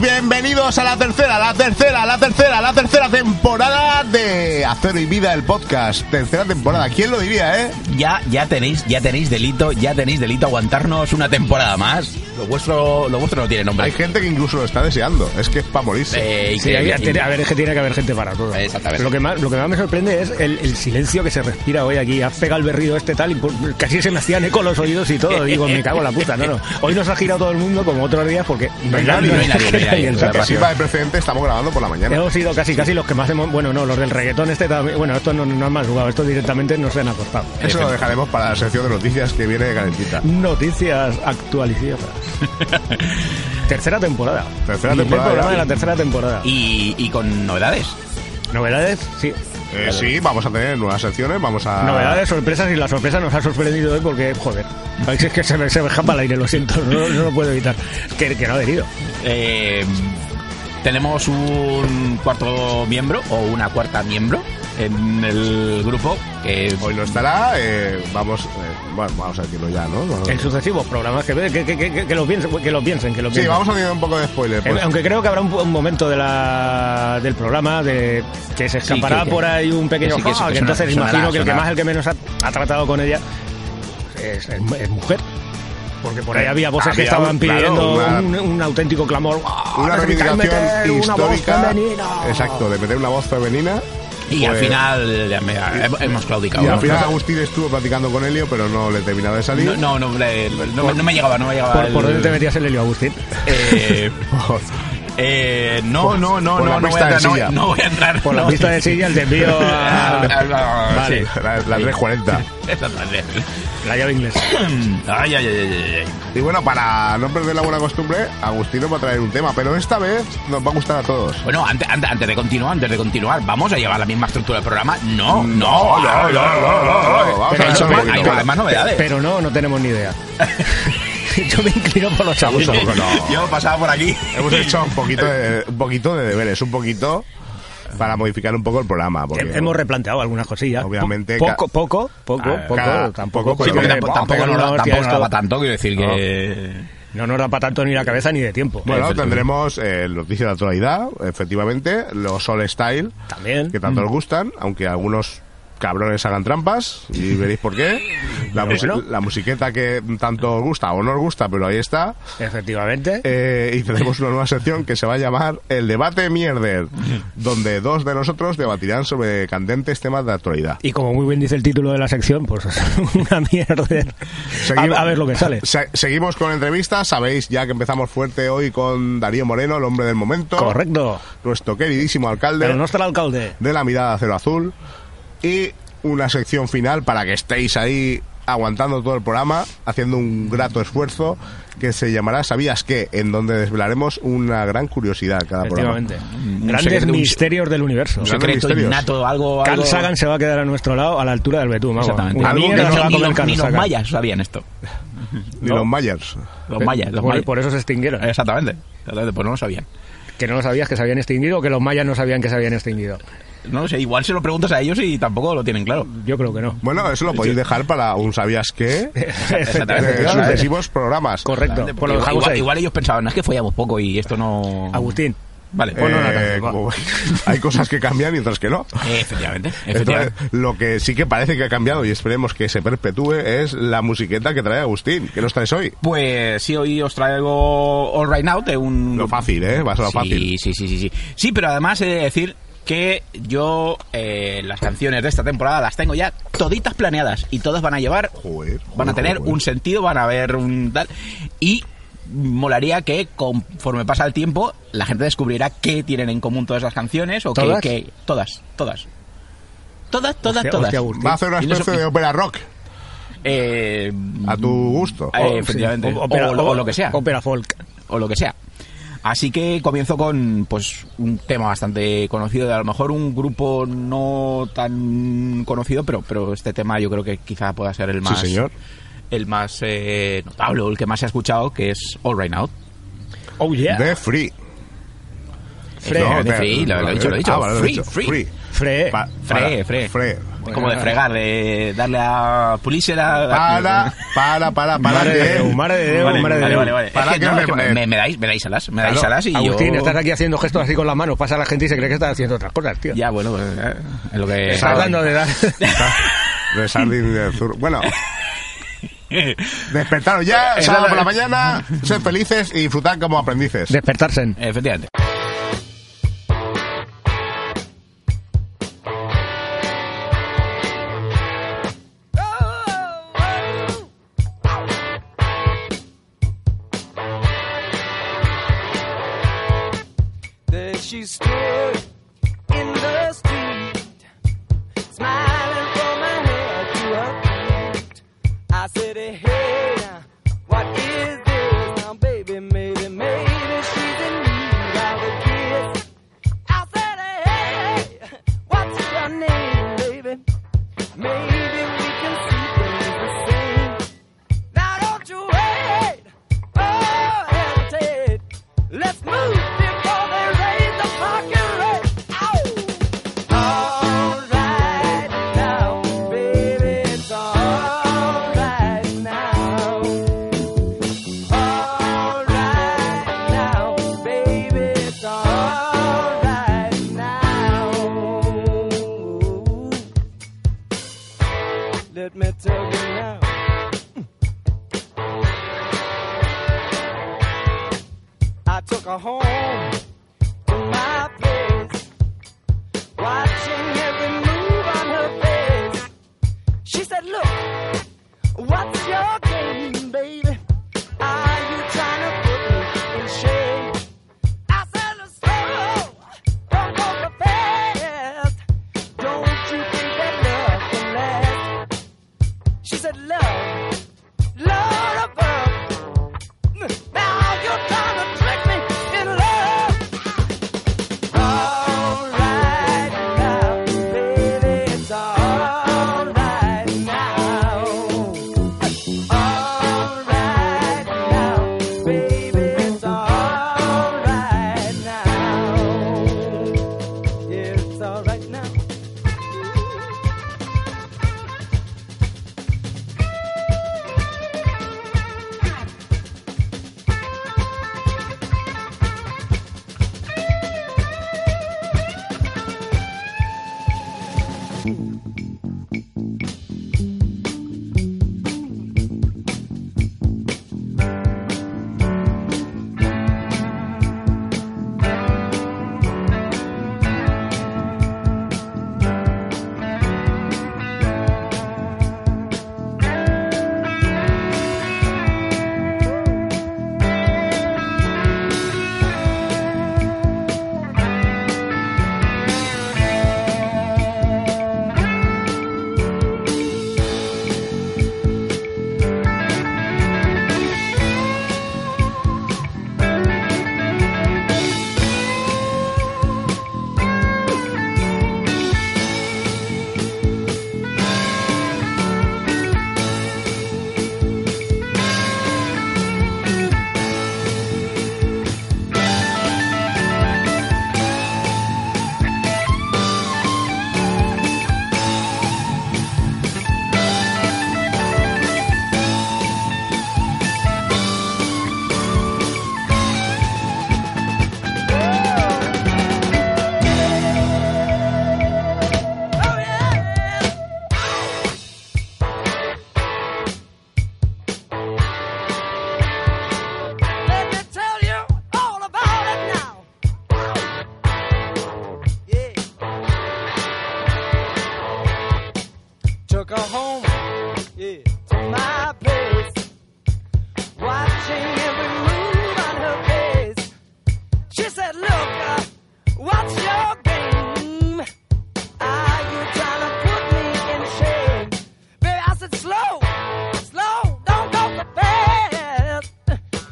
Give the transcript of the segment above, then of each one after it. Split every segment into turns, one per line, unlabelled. Bienvenidos a la tercera, la tercera, la tercera, la tercera temporada de Acero y Vida, el podcast. Tercera temporada, ¿quién lo diría, eh?
Ya, ya tenéis, ya tenéis delito, ya tenéis delito aguantarnos una temporada más. Lo vuestro, lo vuestro no tiene nombre.
Hay gente que incluso lo está deseando, es que es para morirse.
Eh, y
Sí,
que-
había-
y-
tiene- a ver, es que tiene que haber gente para todo.
Exactamente.
Lo que más, lo que más me sorprende es el, el silencio que se respira hoy aquí. Has pegado el berrido este tal y por- casi se me hacían eco los oídos y todo. Digo, me cago en la puta. No, no. Hoy nos ha girado todo el mundo como otros días porque no hay nadie.
no hay nadie, no hay nadie.
en
Por
esa ocasión.
encima de precedente estamos grabando por la mañana.
Hemos sido casi casi los que más hemos... Bueno, no, los del reggaetón este también... Bueno, estos no, no han madrugado, estos directamente no se han acostado.
Eso lo dejaremos para la sección de noticias que viene calentita. Eh,
Noticias actualizadas. tercera temporada.
Tercera
Primer
temporada.
programa de la tercera temporada.
y, y con novedades.
¿Novedades? Sí.
Eh, sí, vamos a tener nuevas secciones, vamos a...
Novedades, sorpresas y la sorpresa nos ha sorprendido hoy porque, joder, es que se me, se me escapa el aire, lo siento, no, no lo puedo evitar. Que, que no ha venido.
Eh, tenemos un cuarto miembro o una cuarta miembro en el grupo. que-
Hoy no estará, eh, vamos, eh, bueno, vamos a decirlo ya, ¿no? Vamos-
En sucesivos programas, que, que, que, que- que lo piensen, que lo piensen, que lo
Sí,
piensen.
vamos a tener un poco de spoiler.
Eh,
pues.
Aunque creo que habrá un, un momento de la, del programa de, que se escapará
que- que-
por ahí un pequeño
que sí, que
¡Ah!
sí, que
que
suena-
entonces
sonará,
imagino que el que
sonará.
más, el que menos ha, ha tratado con ella pues, es, es- es mujer. Porque por ahí
Eh,
había voces que
había un-
estaban
claro,
pidiendo
una-
un, un auténtico clamor. ¡Ah,
una
necesitáis
reivindicación
meter una voz
histórica.
femenina!
exacto, de meter una voz femenina.
y al
Pues-
final ya me- hem- hemos claudicado.
Y al
¿no?
final Agustín estuvo platicando con Helio, pero no le terminaba de salir.
no, no, no, le- no, no me llegaba, no me llegaba.
¿Por,
el-
por dónde te metías el helio, Agustín?
Eh, eh, no,
Por-
no, no,
por la
no, no voy,
pista
a
de
entrar, no,
silla.
no voy a entrar.
Por la
no.
pista de silla, el desvío a
Vale.
Sí, la, la 340.
Esa tarde.
la llave inglesa.
Ay, ay, ay, ay, ay.
Y bueno, para no perder la buena costumbre, Agustín nos va a traer un tema, pero esta vez nos va a gustar a todos.
Bueno, antes, antes, antes de continuar, antes de continuar, ¿vamos a llevar la misma estructura del programa? No, no,
No, no, no, no, no, vamos
Pero
a
eso,
ver un
hay
poquito.
más- más novedades.
Pero no, no tenemos ni idea. Yo me inclino por los
Vamos a
abusos.
poco, no.
Yo pasaba por aquí.
Hemos hecho un poquito, de, un poquito de deberes, un poquito para modificar un poco el programa. Porque,
Hem- Hemos replanteado algunas cosillas.
Obviamente,
Po-
ca-
Poco, poco, poco,
Ah,
poco,
cada-
tampoco.
poco,
Sí,
pero
porque
que
tampoco,
vamos a
tampoco
pegar
nos
una
la-
hostia
tampoco nos
esto.
la va tanto, quiero decir que...
No nos da para tanto ni la cabeza ni de tiempo.
Bueno,
Efectivamente.
tendremos eh, noticias de actualidad, efectivamente, los All Style,
También.
que tanto os gustan, aunque algunos cabrones hagan trampas, y veréis por qué. La, musi-
Bueno.
la musiqueta que tanto os gusta o no os gusta, pero ahí está.
Efectivamente.
Eh, y tenemos una nueva sección que se va a llamar El Debate Mierder, donde dos de nosotros debatirán sobre candentes temas de actualidad.
Y como muy bien dice el título de la sección, pues una mierda.
Seguimos-
A, a ver lo que sale.
Se- seguimos con entrevistas. Sabéis ya que empezamos fuerte hoy con Darío Moreno, el hombre del momento.
Correcto.
Nuestro queridísimo alcalde.
Pero no está el alcalde.
de la mirada cero azul y una sección final para que estéis ahí aguantando todo el programa, haciendo un grato esfuerzo que se llamará ¿Sabías qué? En donde desvelaremos una gran curiosidad cada programa.
Efectivamente.
Un
Grandes
secreto, un-
misterios del universo.
Un
Secreto
misterios.
innato, algo... algo...
Carl Sagan se va a quedar a nuestro lado a la altura del Betún. vamos.
Exactamente.
Una
Algo que
mierda
no-
se va a
ni,
comer
los-
Carl
ni los
Sagan.
mayas sabían esto.
Ni los Myers.
Los mayas, los
por,
mayas.
por eso se extinguieron. Eh,
Exactamente. Exactamente, pues no lo sabían.
Que no lo sabías que se habían extinguido o que los mayas no sabían que se habían extinguido.
No lo sé, igual se lo preguntas a ellos y tampoco lo tienen claro.
Yo creo que no.
Bueno, eso lo podéis dejar para un ¿Sabías qué?
Exactamente,
de
claro.
sucesivos programas. Eh,
Correcto. Pues lo
Igual,
dejamos
igual-
ahí.
igual ellos pensaban, "Ah, es que follamos poco y esto no...
Agustín,
Vale.
Eh,
Ponlo en la canción, va.
como- hay cosas que cambian y otras que no.
Eh, Efectivamente,
Entonces,
efectivamente.
lo que sí que parece que ha cambiado y esperemos que se perpetúe es la musiqueta que trae Agustín. ¿Qué nos traes hoy?
Pues sí, hoy os traigo All Right Now de un...
Lo fácil, ¿eh? Vas a lo
sí,
fácil.
Sí, sí, sí, sí. Sí, pero además he de decir que yo eh, las canciones de esta temporada las tengo ya toditas planeadas y todas van a llevar,
Joder,
van a
joder,
tener
joder.
un sentido, van a haber un tal y molaría que conforme pasa el tiempo la gente descubrirá qué tienen en común todas las canciones o qué-
¿Todas?
qué todas, todas. Todas, todas,
Hostia,
todas.
hostia, Agustín.
Va a hacer una
Y no sé-
especie de ópera rock.
Eh,
A tu gusto.
eh, efectivamente.
Oh, Sí.
O,
O- ópera-
o lo- o lo que sea.
Ópera folk.
o lo que sea. Así que comienzo con pues un tema bastante conocido, de a lo mejor un grupo no tan conocido, pero, pero este tema yo creo que quizá pueda ser el más
señor.
el más eh, notable, o el que más se ha escuchado, que es All Right Now.
Oh yeah.
De Free.
Fre.
No, de Free, lo- lo he dicho, lo he dicho.
Ah, vale,
Free,
dicho.
free.
Fre.
Pa-
Fre,
para-
fre.
Fre.
como de fregar, de darle a Pulisher a...
Para, para, para, para.
Madre de Déu, madre de Déu,
Vale,
madre de
vale,
Déu.
vale, vale. Es
Para
que
que
no,
me-
es que me, me dais, me dais alas, me dais
Claro,
alas y
Agustín,
yo...
estás aquí haciendo gestos así con las manos, pasa la gente y se cree que estás haciendo otras cosas, tío.
Ya, bueno, pues, eh, en lo que...
Estás hablando de dar...
De Sardin del Sur. Bueno. Despertaros ya,
Esa
sábado
la-
por la mañana, sed felices y disfrutad como aprendices.
Despertarse. en-
Efectivamente.
There she stood in the street, smiling from my head to her feet. I said, Hey, what is this? Now, baby, maybe, maybe she's in need of a kiss. I said, Hey, what's your name, baby? Maybe we can see things the same. Now don't you wait, oh hesitate. Let's move before they raise the parking rate. Ow! Alright now, baby, it's alright now. Alright now, baby, it's alright now. Let me tell you now. I took her home to my place, watching every move on her face. She said, Look, what's your game, baby? Are you trying to put me in shame? I said, Slow, don't go so fast. Don't you think that love can last? She said, Love, love above. Now you're trying to trick me in love. Alright now, baby, it's alright now. Alright now, baby, it's alright now. Yeah, it's alright now. Let me tell you all about it now. Yeah. Took her home, yeah, to my place. Watching every move on her face. She said, Look, uh, what's your game? Are you trying to put me in shame? Baby, I said, Slow, slow, don't go so fast.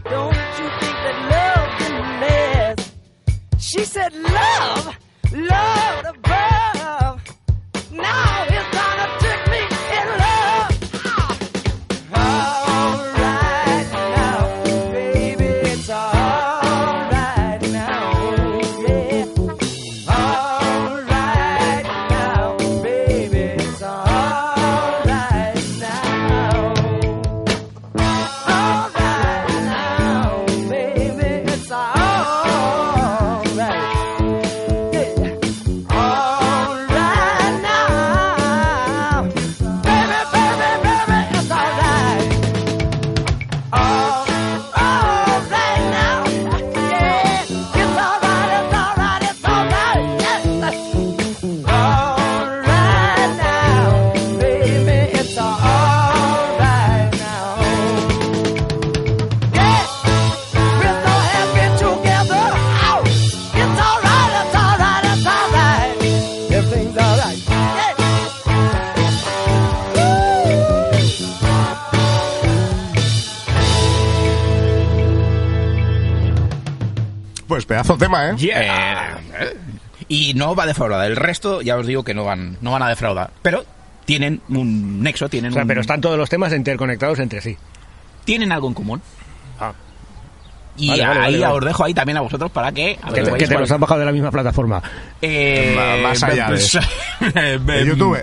Don't you think that love can last? She said, Love, love above. Now he's gonna trick me in love. Alright now, baby, it's alright now. Yeah. Alright now, baby, it's
Pedazo tema, ¿eh?
Yeah.
Eh, y no va a defraudar. El resto, ya os digo que no van, no van a defraudar. Pero tienen un nexo, tienen,
O sea,
un-
pero están todos los temas interconectados entre sí.
tienen algo en común.
Ah.
Y
Vale, vale,
ahí
vale, vale.
os dejo ahí también a vosotros para que
Que te,
averigüéis
que te
cuál-
los han bajado de la misma plataforma.
Eh,
Ma- más allá de eso.
eh,
De
em,
YouTube.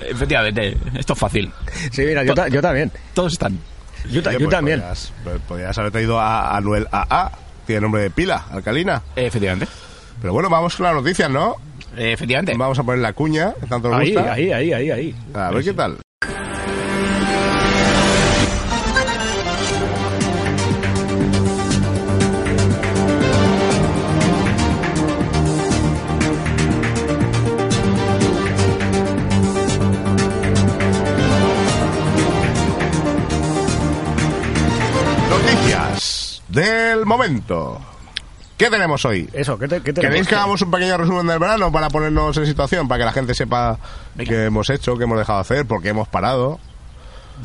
Efectivamente, esto es fácil.
Sí, mira, yo, ta- yo también.
Todos están.
Yo, ta-
Oye,
yo
pues
también.
Podrías, pues podrías haber traído a Anuel AA. Tiene nombre de pila, alcalina.
Eh, Efectivamente.
Pero bueno, vamos con las noticias, ¿no?
Eh, Efectivamente.
Vamos a poner la cuña, que tanto nos
Eh. Ahí,
gusta.
ahí, ahí, ahí, ahí.
A ver qué tal. Noticias del momento. ¿Qué tenemos hoy?
Eso, ¿qué te, qué te
¿Queréis que hagamos un pequeño resumen del verano para ponernos en situación? Para que la gente sepa
Venga.
qué hemos hecho, qué hemos dejado de hacer, por qué hemos parado.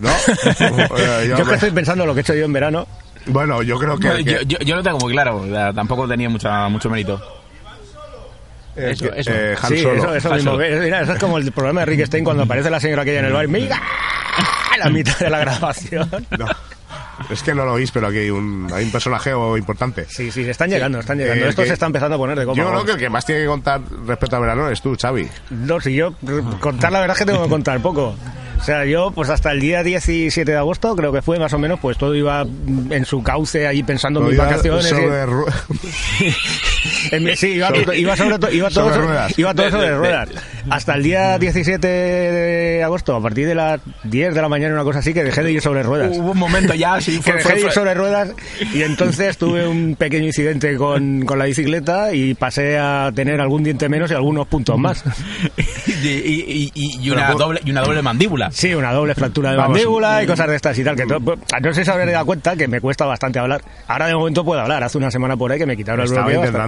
¿No? Eh, yo
Yo que
me-
estoy pensando lo que he hecho yo en verano.
Bueno, yo creo que,
No, yo,
que-
yo- yo lo tengo muy claro, la- tampoco tenía mucha, mucho mérito.
eh,
eso,
que-
eso.
eh, Han
sí,
Solo.
eso, eso
Han
mismo.
Solo.
Ve- Mira, eso es como el programa de Rick Stein cuando aparece la señora aquella en el bar. ¡Mira! A la mitad de la grabación.
No. Es que no lo oís, pero aquí hay un, hay un personaje importante.
Sí, sí, están llegando, están llegando.
Eh,
Esto
que-
se está empezando a poner de
Yo
coma.
creo
vamos.
que el que más tiene que contar respecto al verano es tú, Xavi.
No, si yo r- contar la verdad es que tengo que contar poco. O sea, yo pues hasta el día 17 de agosto creo que fue más o menos, pues todo iba mm, en su cauce ahí pensando en mis
Novedad
vacaciones. y-
sobre ru-
en mi- sí, iba,
sobre-
iba sobre to- iba todo
sobre
sobre,
ruedas.
iba todo sobre ruedas. Hasta el día 17 de agosto, a partir de las 10 de la mañana, una cosa así, que dejé de ir sobre ruedas.
Uh,
Hubo un momento ya, sí,
que
fue,
dejé
fue-
de ir
fue-
sobre ruedas y entonces tuve un pequeño incidente con, con la bicicleta y pasé a tener algún diente menos y algunos puntos más.
y, y- y- y una
Pero-
doble, y una doble mandíbula.
Sí, una doble fractura de
Vamos.
mandíbula y cosas de estas y tal. Que todo- pues, no sé si habréis dado cuenta que me cuesta bastante hablar. Ahora de momento puedo hablar. Hace una semana por ahí que me quitaron el
Estaba
bloqueo. hasta-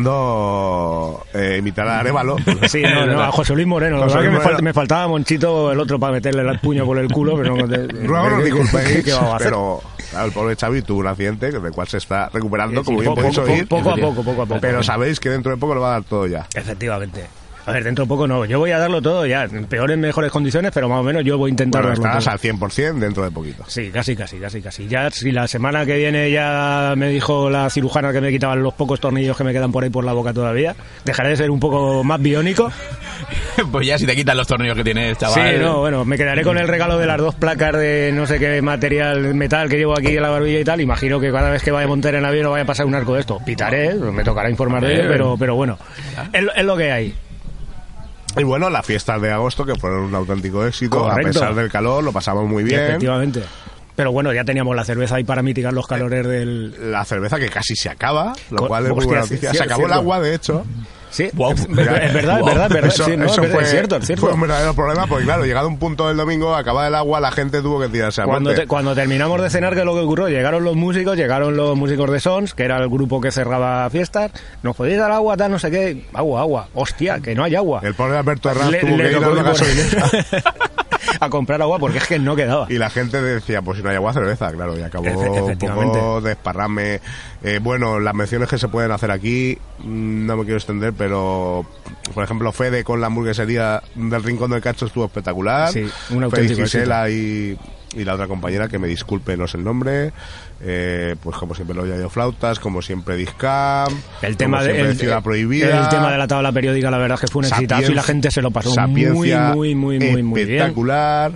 intentando eh, imitar a Arevalo.
Pues Sí, no, no, a José Luis Moreno. la
José
verdad
Luis
que me,
Moreno.
fal- me faltaba Monchito el otro para meterle el puño por el culo, Eh, pero no.
Ruego
¿qué-
nos
qué-
disculpéis,
qué vamos a hacer?
pero claro, el pobre Xavi tuvo un accidente del cual se está recuperando,
Sí,
como
Eh, sí,
bien
poco,
podéis
poco,
oír.
poco a poco, poco a poco.
Pero sabéis que dentro de poco lo va a dar todo ya.
Efectivamente. A ver, dentro de poco no. Yo voy a darlo todo ya. Peor en mejores condiciones, pero más o menos yo voy a intentar
Bueno,
darlo
estarás
todo.
al 100% dentro de poquito.
Sí, casi, casi, casi, casi. Ya si la semana que viene ya me dijo la cirujana que me quitaban los pocos tornillos que me quedan por ahí por la boca todavía, dejaré de ser un poco más biónico.
Pues ya si te quitan los tornillos que tienes, chaval. Eh,
Sí, no, bueno, me quedaré con el regalo de las dos placas de no sé qué material metal que llevo aquí en la barbilla y tal. Imagino que cada vez que vaya a montar en avión no vaya a pasar un arco de esto. Pitaré, me tocará informar de ello, pero, pero bueno, es, lo- es lo que hay.
Y bueno, las fiestas de agosto, que fueron un auténtico éxito,
Correcto.
a pesar del calor, lo pasamos muy bien.
Efectivamente. Pero bueno, ya teníamos la cerveza ahí para mitigar los calores del...
La cerveza que casi se acaba, lo
Co-
cual es muy
hostia,
buena
sí,
noticia.
sí,
Se acabó el
cierto.
agua, de hecho.
Sí,
Wow.
es, verdad, es verdad, es verdad, es verdad.
Eso-
sí, no, es
eso
verdad,
fue,
es cierto, es cierto.
fue un verdadero problema, porque claro, llegado un punto del domingo, acababa el agua, la gente tuvo que tirarse a
Cuando,
muerte.
te- cuando terminamos de cenar, ¿qué es lo que ocurrió? Llegaron los músicos, llegaron los músicos de Sons, que era el grupo que cerraba fiestas. Nos podéis dar agua, tal, no sé qué. Agua, agua. Hostia, que no hay agua.
El pobre Alberto Herranz
Le-
tuvo
le
que ir a
tocó
una
ir por-
gasolinera.
a comprar agua porque es que no quedaba.
Y la gente decía, pues si no hay agua, cerveza, claro, y acabó
Efe-
un
efectivamente.
poco desparrame. Eh, bueno, las menciones que se pueden hacer aquí, mm, no me quiero extender, pero por ejemplo, Fede con la hamburguesería del Rincón del Cacho estuvo espectacular.
Sí, un
Fede y
auténtico
Gisela y, y la otra compañera, que me disculpe, no sé el nombre. Eh, pues como siempre, los Yayo Flautas, como siempre, Discam.
El tema, de, el,
Ciudad Prohibida.
el tema de la tabla periódica, la verdad es que fue un exitazo y
Sapiencia-
la gente se lo pasó muy,
Sapiencia
muy, muy, muy, muy bien.
Espectacular.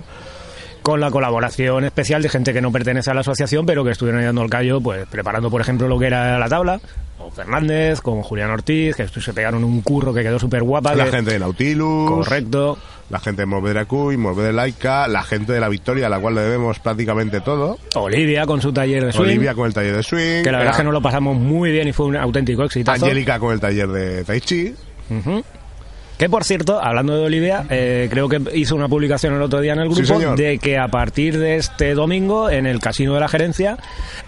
Con la colaboración especial de gente que no pertenece a la asociación, pero que estuvieron dando el callo, pues preparando, por ejemplo, lo que era la tabla. Con Fernández, con Julián Ortiz, que se pegaron un curro que quedó súper guapa.
La gente de Nautilus.
Correcto.
la gente de Morvedra Cuy, Morvedra Laica, la gente de la Victoria, a la cual le debemos prácticamente todo.
Olivia con su taller de swing.
Olivia con el taller de swing.
que la verdad es que
Era-
nos lo pasamos muy bien y fue un auténtico exitazo.
Angélica con el taller de Tai Chi.
Ujú. Que por cierto, hablando de Olivia, eh, creo que hizo una publicación el otro día en el
Sí,
grupo
señor.
de que a partir de este domingo en el casino de la gerencia,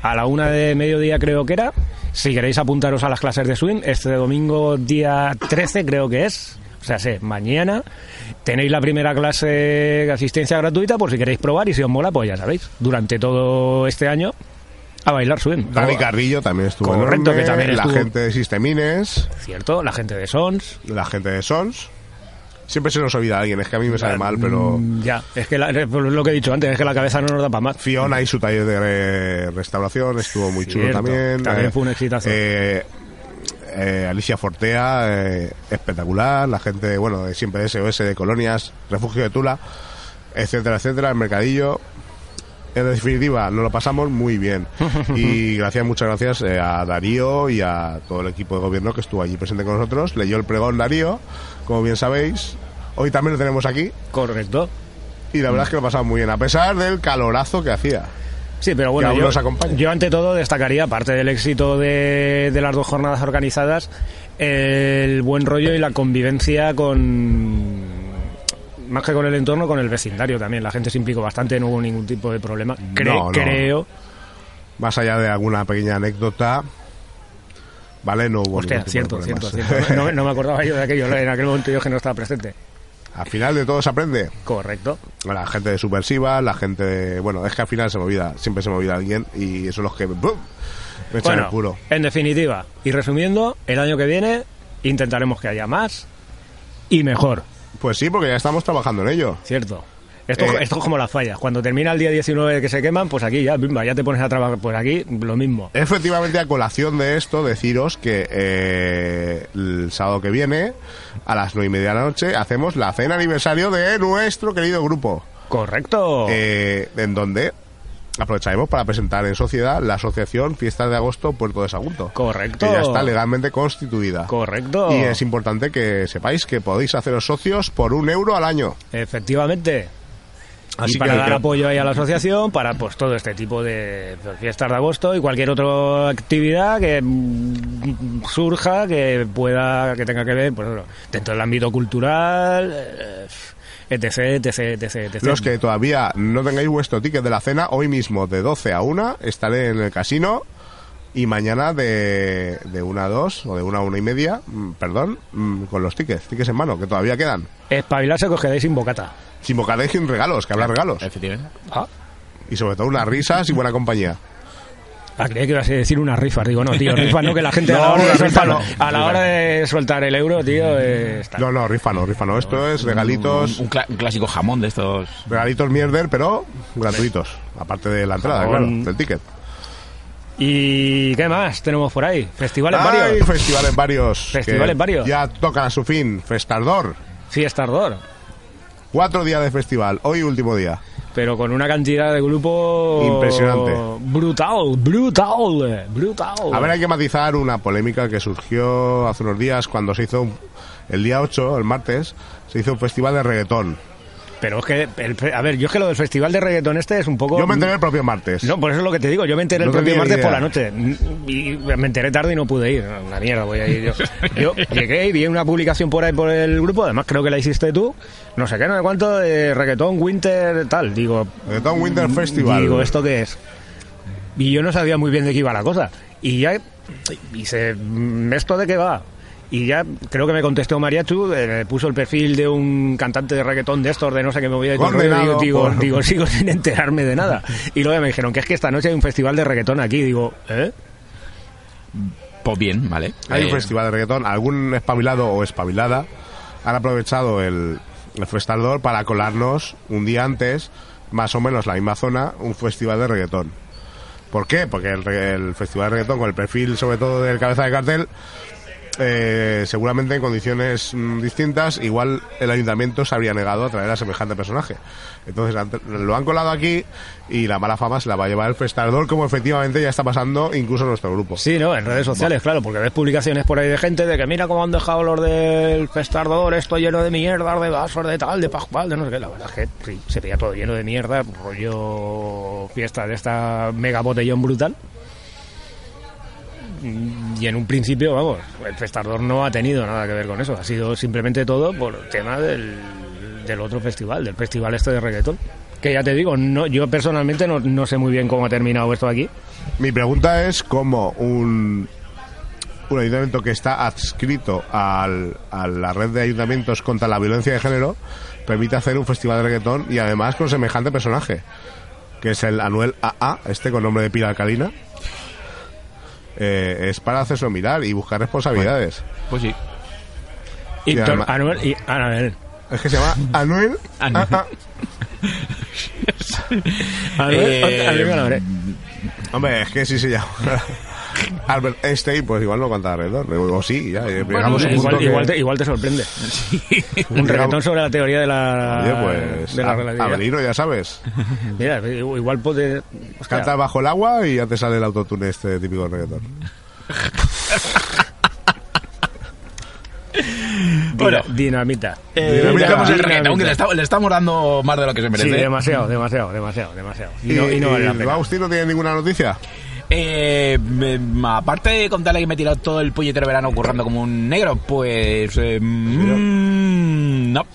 a la una de mediodía creo que era, si queréis apuntaros a las clases de swing, este domingo día 13 creo que es, o sea, sé, mañana tenéis la primera clase de asistencia gratuita por si queréis probar y si os mola, pues ya sabéis, durante todo este año a bailar swing.
Dani
Oh,
Carrillo también estuvo
Correcto,
enorme,
que también
la
estuvo.
gente de Sistemines,
Cierto, la gente de Sons.
la gente de Sons. Siempre se nos olvida alguien, es que a mí me sale Pues mal, pero
Mm, Ya, es que la- es lo que he dicho antes, es que la cabeza no nos da para más.
Fiona y su taller de re- restauración estuvo muy chulo
Cierto,
también.
también fue un exitazo.
eh, eh, Alicia Fortea, eh, espectacular. La gente, bueno, de siempre SOS de Colonias, Refugio de Tula, etcétera, etcétera, el mercadillo. En definitiva, nos lo pasamos muy bien. Y gracias, muchas gracias eh, a Darío y a todo el equipo de gobierno que estuvo allí presente con nosotros. Leyó el pregón Darío, como bien sabéis. Hoy también lo tenemos aquí
Correcto.
y la verdad es que lo pasamos muy bien, a pesar del calorazo que hacía.
Sí, pero bueno,
Que aún
yo,
nos acompaña.
yo ante todo destacaría, aparte del éxito de, de las dos jornadas organizadas, el buen rollo y la convivencia con... Más que con el entorno, con el vecindario también. La gente se implicó bastante, no hubo ningún tipo de problema. Cre-
No, no.
Creo.
más allá de alguna pequeña anécdota, ¿vale? No hubo
Hostia,
ningún tipo de
cierto, cierto,
problemas.
cierto. No, me- no me acordaba yo de aquello. En aquel momento yo que no estaba presente.
al final de todo se aprende.
Correcto.
La gente de Subversiva, la gente de... Bueno, es que al final se me olvida, siempre se me olvida alguien y son los que... ¡bum! Me echan el
Bueno,
culo.
en definitiva, y resumiendo, el año que viene intentaremos que haya más y mejor.
Pues sí, porque ya estamos trabajando en ello.
Cierto. Esto,
Eh,
esto es como las fallas. Cuando termina el día 19 que se queman, pues aquí ya, bimba, ya te pones a trabajar. Pues aquí lo mismo.
Efectivamente, a colación de esto, deciros que eh, el sábado que viene, a las nueve y media de la noche, hacemos la cena aniversario de nuestro querido grupo.
Correcto.
eh, en donde aprovecharemos para presentar en sociedad la asociación Fiestas de Agosto Puerto de Sagunto.
Correcto.
Que ya está legalmente constituida.
Correcto.
Y es importante que sepáis que podéis haceros socios por un euro al año.
Efectivamente.
Así
y para
que-
dar apoyo ahí a la asociación, para pues todo este tipo de fiestas de agosto y cualquier otra actividad que mm, surja, que pueda, que tenga que ver, pues, bueno, dentro del ámbito cultural, eh, etc, etc, etc, etc.
Los que todavía no tengáis vuestro ticket de la cena, hoy mismo de 12 a 1 estaré en el casino y mañana de, de 1 a 2 o de 1 a 1 y media, mm, perdón, mm, con los tickets, tickets en mano, que todavía quedan.
Espabilarse que os quedáis sin bocata.
Sin bocadillo, sin regalos, que habrá regalos.
eh. Efectivamente.
Y sobre todo unas risas y buena compañía.
Ah, creía que ibas a decir unas rifas. Digo, no, tío, rifas no, que la gente a,
No,
la hora de
rifa
soltar,
no.
a la hora de soltar el euro, tío, eh, está.
No, no, rifa no, rifa no. Esto es regalitos,
Un, un cla- un clásico jamón de estos.
regalitos mierder, pero gratuitos. Aparte de la entrada,
Con-
claro, del ticket.
¿Y qué más tenemos por ahí? Festivales
Hay
varios.
festivales varios.
Festivales
que
varios.
Ya tocan a su fin. Festardor.
Fiesta Ardor.
Cuatro días de festival. Hoy último día.
Pero con una cantidad de grupo...
Impresionante.
Brutal, brutal, brutal.
A ver, hay que matizar una polémica que surgió hace unos días cuando se hizo, un- el día 8, el martes, se hizo un festival de reggaetón.
Pero es que, el fe- a ver, yo es que lo del festival de reggaetón este es un poco...
Yo me enteré el propio martes.
No, por eso es lo que te digo. Yo me enteré
Pues No
el propio
tenía
martes
idea.
por la noche. Y me enteré tarde y no pude ir. Una mierda voy a ir yo. Yo llegué y vi una publicación por ahí por el grupo. Además, creo que la hiciste tú. No sé qué, no sé cuánto. De reggaetón, winter, tal. Digo.
Reggaetón Winter Festival.
Digo, ¿esto qué es? Y yo no sabía muy bien de qué iba la cosa. Y ya hice. mm, ¿Esto de qué va? Y ya creo que me contestó Mariachu, eh, puso el perfil de un cantante de reggaetón de estos, de no sé qué me voy a
Condenado
digo, digo,
por-
digo, sigo sin enterarme de nada. Y luego ya me dijeron que es que esta noche hay un festival de reggaetón aquí. Digo, ¿eh?
Pues bien, ¿vale?
Hay un
Eh,
festival de reggaetón. Algún espabilado o espabilada han aprovechado el, el Festaldor para colarnos un día antes, más o menos la misma zona, un festival de reggaetón. ¿Por qué? Porque el, re- el festival de reggaetón, con el perfil sobre todo del cabeza de cartel, eh, seguramente en condiciones mm, distintas, igual el ayuntamiento se habría negado a traer a semejante personaje. Entonces ante- lo han colado aquí y la mala fama se la va a llevar el Festaldor, como efectivamente ya está pasando incluso en nuestro grupo.
Sí, ¿no? En redes sociales, claro, porque ves publicaciones por ahí de gente de que mira cómo han dejado los del festardor, esto lleno de mierda, de vasos, de tal, de pascual, de no sé qué. La verdad es que sí, se veía todo lleno de mierda, rollo fiesta de esta mega botellón brutal. Y en un principio, vamos, el festardor no ha tenido nada que ver con eso. Ha sido simplemente todo por tema del, del otro festival, del festival este de reggaetón. Que ya te digo, no, yo personalmente no, no sé muy bien cómo ha terminado esto aquí.
Mi pregunta es cómo un, un ayuntamiento que está adscrito al- a la red de ayuntamientos contra la violencia de género permite hacer un festival de reggaetón y además con semejante personaje. que es el Anuel AA, este con nombre de pila alcalina. Eh, es para hacerse mirar y buscar responsabilidades.
Pues sí.
Y
Ya,
Tor-
ma-
Anuel y Anuel.
Es que se llama Anuel
Anuel.
AA.
Anuel,
Eh,
Anuel Anuel.
Hombre, es que sí se llama. Albert Einstein, pues igual no canta alrededor. O sí, ya. eh, llegamos a un punto
Igual,
que-
igual te, igual te sorprende. Un reggaetón sobre la teoría de la,
Oye, pues.
Ah, de la
a-
relatividad.
Avelino, ya sabes.
Mira, igual puede. hostia,
Canta bajo el agua y ya te sale el autotune este típico de reggaetón.
dina-
Bueno.
dinamita.
Eh,
Dinamita.
dejamos el reggaetón,
Dinamita.
que le estamos, le estamos dando más de lo que se
Sí,
¿eh?
merece.
demasiado, demasiado, demasiado, demasiado. Y, no, y no vale la
el
pena.
Agustín no tiene ninguna noticia.
Eh, me- aparte de contarle que me he tirado todo el puñetero verano currando como un negro, pues... eh, mm, no.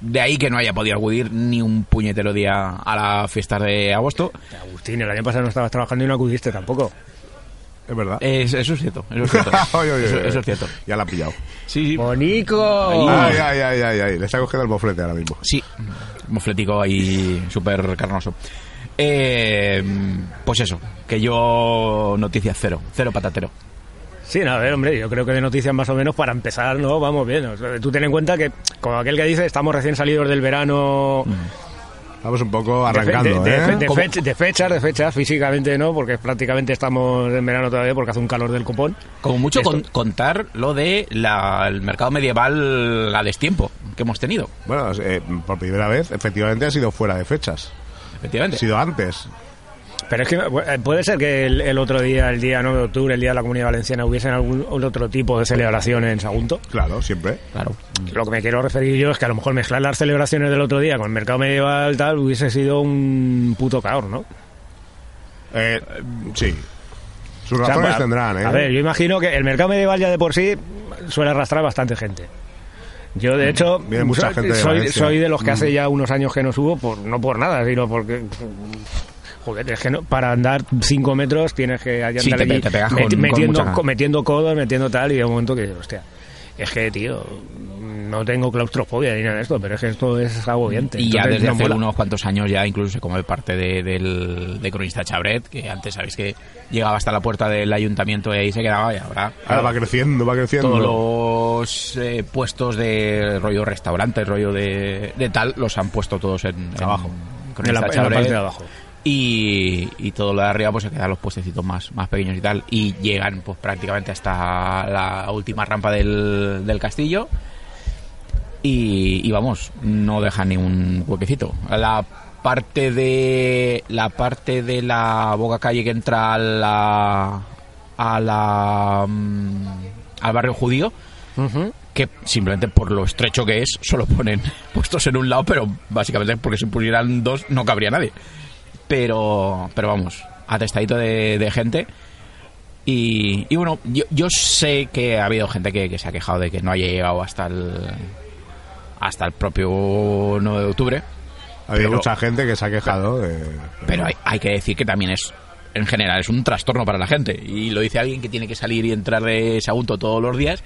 De ahí que no haya podido acudir ni un puñetero día a la fiesta de agosto.
Agustín, el año pasado no estabas trabajando y no acudiste tampoco.
Es verdad.
Eh,
Es- eso es cierto, eso es cierto.
Oye, oye,
eso,
oye.
eso es cierto.
Ya la ha pillado.
Sí, sí.
¡Bonico! Ah,
Ay, ay, ay, ay, ay. Le está cogiendo el boflete ahora mismo.
Sí, mofletico ahí súper carnoso. Eh, pues eso, que yo noticias cero, cero patatero.
Sí, no, a ver, hombre, yo creo que de noticias más o menos para empezar, ¿no? Vamos bien. O sea, Tú ten en cuenta que, como aquel que dice, estamos recién salidos del verano
Mm. Estamos un poco
de fe-
arrancando,
de, de-
¿eh?
de
¿Cómo?
fech- de fechas, de fechas, físicamente no, porque prácticamente estamos en verano todavía porque hace un calor del copón.
Como mucho
Esto-
con- contar lo de la- el mercado medieval a destiempo que hemos tenido,
Bueno, eh, por primera vez, efectivamente, ha sido fuera de fechas. Ha
efectivamente.
sido antes.
Pero es que eh, puede ser que el, el otro día, el día 9 de octubre, el día de la Comunidad Valenciana, hubiesen algún otro tipo de celebración en Sagunto.
Claro, siempre.
Claro.
Mm.
Lo que me quiero referir yo es que a lo mejor mezclar las celebraciones del otro día con el mercado medieval tal hubiese sido un puto caos, ¿no?
Eh, sí. Sus
O sea,
razones
a-
tendrán, ¿eh?
A ver, yo imagino que el mercado medieval ya de por sí suele arrastrar bastante gente. Yo, de hecho,
Mm, Viene mucha
soy,
gente de
soy,
Valencia. Mm.
soy de los que hace ya unos años que no subo, por, no por nada, sino porque... Joder, es que no- para andar 5 metros tienes que andar
Sí, te pe- te pegas con- con
metiendo,
mucha gana.
co- metiendo codos, metiendo tal, y de momento que, hostia, es que, tío, no tengo claustrofobia ni nada de esto, pero es que esto es agobiante.
Y ya
Entonces,
desde
no
hace
mola.
unos cuantos años ya incluso se come parte de, del, de Cronista Chabret, que antes sabéis que llegaba hasta la puerta del ayuntamiento y ahí se quedaba y ahora...
Ahora va creciendo, va creciendo.
Todos los eh, puestos de rollo restaurante, rollo de, de tal, los han puesto todos en, en-
Abajo.
con
En la-
esta
en la
chabre.
parte de abajo.
Y, y todo lo de arriba pues se quedan los puestecitos más, más pequeños y tal. Y llegan pues prácticamente hasta la última rampa del, del castillo. Y, y vamos, no dejan ni un huequecito. La parte de la parte de la boca calle que entra a la a la mm, al barrio judío
Ujú.
que simplemente por lo estrecho que es solo ponen puestos en un lado pero básicamente porque si pusieran dos no cabría nadie pero pero vamos atestadito de, de gente y, y bueno yo, yo sé que ha habido gente que, que se ha quejado de que no haya llegado hasta el hasta el propio 9 de octubre
Ha habido
pero-
mucha gente que se ha quejado de...
pero hay, hay que decir que también es, en general, es un trastorno para la gente. Y lo dice alguien que tiene que salir y entrar de Sagunto todos los días.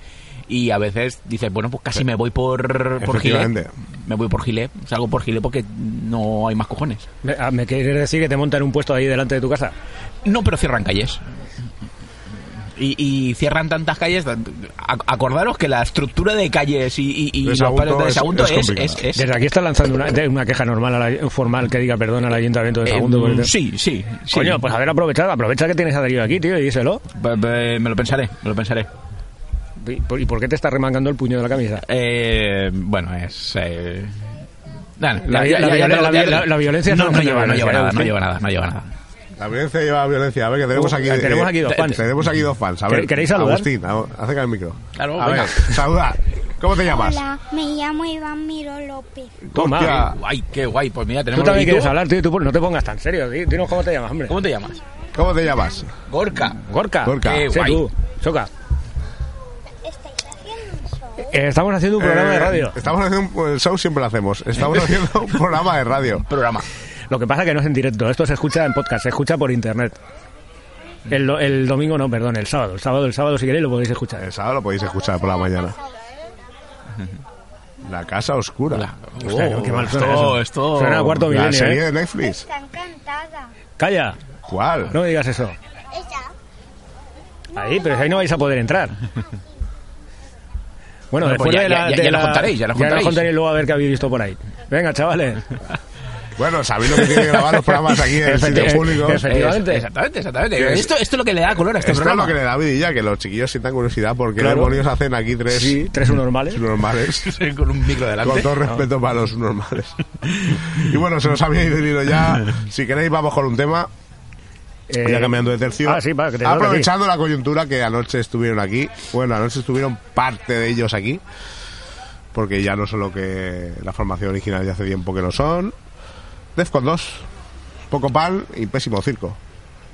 Y a veces dice, bueno, pues casi me voy por, por Gile.
Efectivamente.
Me voy por Gile, salgo por Gile porque no hay más cojones.
Me, ah, ¿Me quieres decir que te montan un puesto ahí delante de tu casa?
No, pero cierran calles. Y, y cierran tantas calles. A- Acordaros que la estructura de calles y, y- y
De
los
Sagunto
patios de
es-
Sagunto
es
es,
complicada.
es- es-
Desde aquí está lanzando una, de- una queja normal, a la- formal, que diga perdón al ayuntamiento de
eh,
Sagunto. porque-
sí, sí, sí.
Coño, pues haber aprovechado, aprovecha que tienes adherido aquí, tío, y díselo.
Be- be- me lo pensaré, me lo pensaré.
¿Y por, y por qué te estás remangando el puño de la camisa?
Eh, bueno, es. eh, nada,
La-
ya-
la-
ya- ya-
la-
ya-
la-
ya-
la- la violencia
no,
no
no
nos
lleva,
lleva
no
a
lleva
nada,
nada, no
¿sí?
lleva nada, no lleva nada.
La violencia lleva a violencia. A ver, que tenemos
Uh,
aquí...
eh, tenemos aquí dos
eh,
fans.
Tenemos aquí dos fans. A ver,
¿Quer- queréis saludar?
Agustín, a- acerca el micro.
Claro,
a
venga.
ver, saluda. ¿Cómo te llamas?
Hola, me llamo Iván Miro López.
Toma.
Hostia,
Guay, qué guay. Pues mira,
Tú
tenemos.
también
¿y
quieres hablar, tío, y tú pues no te pongas tan serio. di- Dinos cómo te llamas, hombre.
¿Cómo te llamas?
¿Cómo te llamas?
Gorka.
Gorka.
Gorka.
Qué
Sí,
Eh, guay.
tú. Choca.
¿Estáis haciendo un show?
Eh, estamos haciendo un programa
Eh,
de radio.
Estamos haciendo un el show, siempre lo hacemos. Estamos haciendo un programa de radio.
Programa.
Lo que pasa que no es en directo. Esto se escucha en podcast, se escucha por internet. El, do- el domingo no, perdón, el sábado. El sábado, el sábado, si queréis, lo podéis escuchar.
El sábado lo podéis escuchar por la mañana. La Casa Oscura.
La-
Hostia,
Oh,
qué mal
esto-
suena eso.
esto-
Suena a cuarto
La
milenio,
serie
¿eh?
de Netflix.
Está encantada.
Calla,
¿Cuál?
no me digas eso.
Ella.
Ahí, pero ahí no vais a poder entrar. Bueno,
Bueno, pues
después
ya-
de la,
ya-
de
ya lo
la-
contaréis, ya lo contaréis.
luego a ver qué habéis visto por ahí. Venga, chavales.
Bueno, sabéis lo que tiene que grabar los programas aquí en el sitio
Efecti-
público.
efecti- Efectivamente. este
Exactamente, exactamente.
Que es-
Esto, esto es lo que le da color a este
Esto es
programa.
lo que le da vidilla, que los chiquillos sientan curiosidad porque qué
Claro.
demonios hacen aquí tres
Sí, tres normales.
normales.
Con un micro
Con
delante.
todo respeto para los normales. Y bueno, se nos había ido el hilo ya. Si queréis, vamos con un tema.
Eh,
ya cambiando de tercio.
Ah, sí, va, que te toca a ti.
Aprovechando la coyuntura que anoche estuvieron aquí. Bueno, anoche estuvieron parte de ellos aquí. Porque ya no son lo que la formación original ya hace tiempo que no son. Defcon 2. Poco pan y pésimo circo.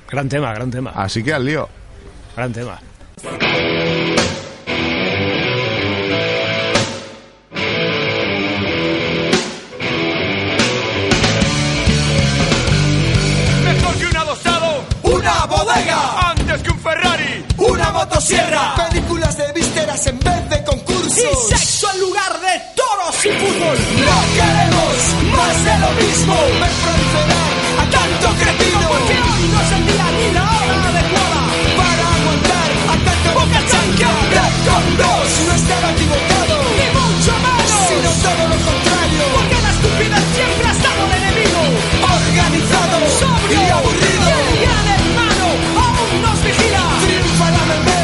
Gran tema, gran tema.
Ah.
Así que al lío.
Gran tema.
Mejor que un adosado,
¡Una bodega!
antes que un Ferrari.
¡Una motosierra! Películas de vísceras en vez de concursos.
Y sexo en lugar de toros y fútbol.
No queremos más de lo mismo. Ver proliferar a tanto cretino.
Porque hoy no es el día ni la hora adecuada.
Para aguantar ataque boca chanca. con dos no estaba equivocado.
Ni mucho
Sino
menos.
todo lo contrario.
Porque la estupidez siempre ha estado de enemigo.
Organizado
Sobrio
y aburrido.
Y el gran hermano aún nos vigila.
Triunfa la meme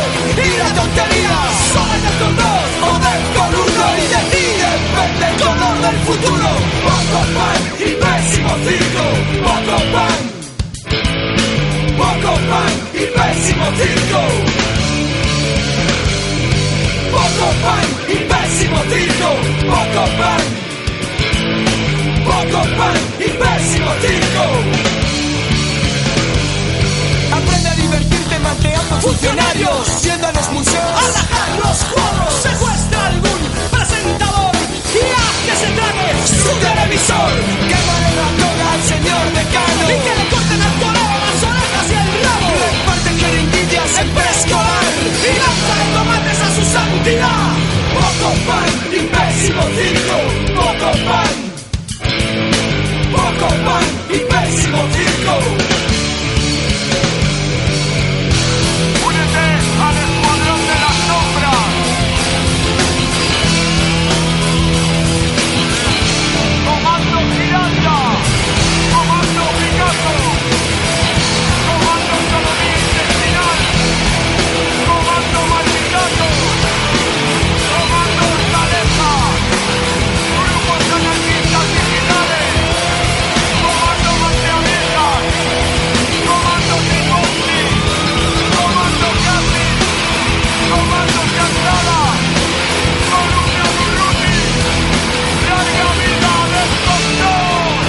y la tontería.
Somos estos dos.
O del con uno y decide ver el color del futuro. Poco pan y pésimo circo. Poco pan. Poco pan y pésimo circo. Poco pan y pésimo circo. Poco pan. Poco pan y pésimo circo. Aprende a divertirte manteando funcionarios, yendo a los museos,
a rajar los juegos secuestra algún presentador y haz que se trague su televisor
que vale la toga al señor decano,
y que le corten al torero las orejas y el rabo
reparte jeringuillas en preescolar,
y lánzale tomates a su santidad
poco pan y pésimo circo, poco pan, poco pan y pésimo circo,
únete al escuadrón de las sombras comando Miranda comando Picasso comando Salomé Intestinal comando Malvinato comando Hortaleza grupos anarquistas digitales comando Manteonetas comando Tricotti comando Casi comando Casada Columbia Burruti larga vida del control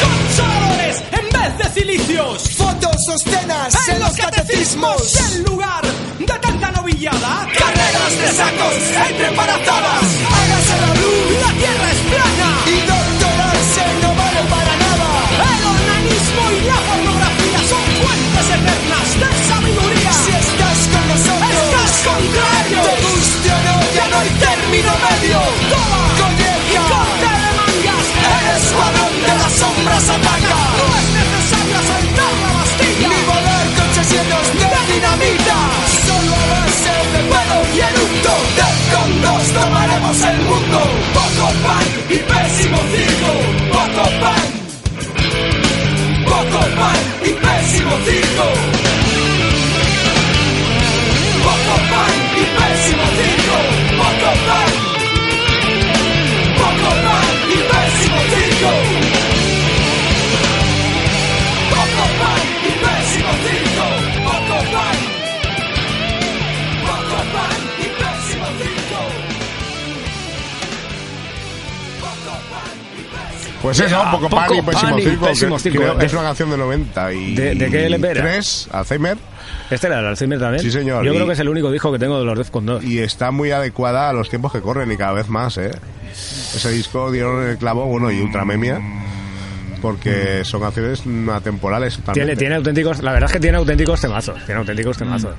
consoladores
en vez de cilicios
fotos sostenas en los catecismos,
en lugar de tanta novillada
carreras de sacos entre parazadas, hágase la luz
la tierra es plana
y doctorarse no vale para nada.
el organismo y la pornografía son fuentes eternas de sabiduría
Si estás con nosotros,
Estás contrario.
Te guste o no, ya no hay término medio.
Toma.
colleja,
corte de mangas
el escuadrón de las sombras ataca.
no es necesario asaltar la Bastilla
Ni volar coches llenos de dinamita, solo a base de pedo y eructo. De con dos tomaremos el mundo. Poco pan y pésimo circo. Poco pan. Poco pan y pésimo circo. Poco pan y pésimo circo, poco pan. Poco pan y pésimo circo. Poco pan y pésimo circo, poco pan. Poco pan y pésimo circo. Poco pan y pésimo
Pues eso,
Yeah,
poco pan
Poco
y pésimo
Pan y
circo.
Pésimo
que
Circo.
creo-
De-
es una canción del 90. Y
¿De- de qué LP era?
Tres, Alzheimer.
Este era el Alzheimer también.
Sí, señor,
Yo
y-
creo que es el único disco que tengo de los Defcon 2.
Y está muy adecuada a los tiempos que corren y cada vez más, ¿eh? Ese disco dieron el clavo, bueno, y Ultramemia. Porque son canciones atemporales también.
Tiene, tiene auténticos, la verdad es que tiene auténticos temazos. Tiene auténticos temazos.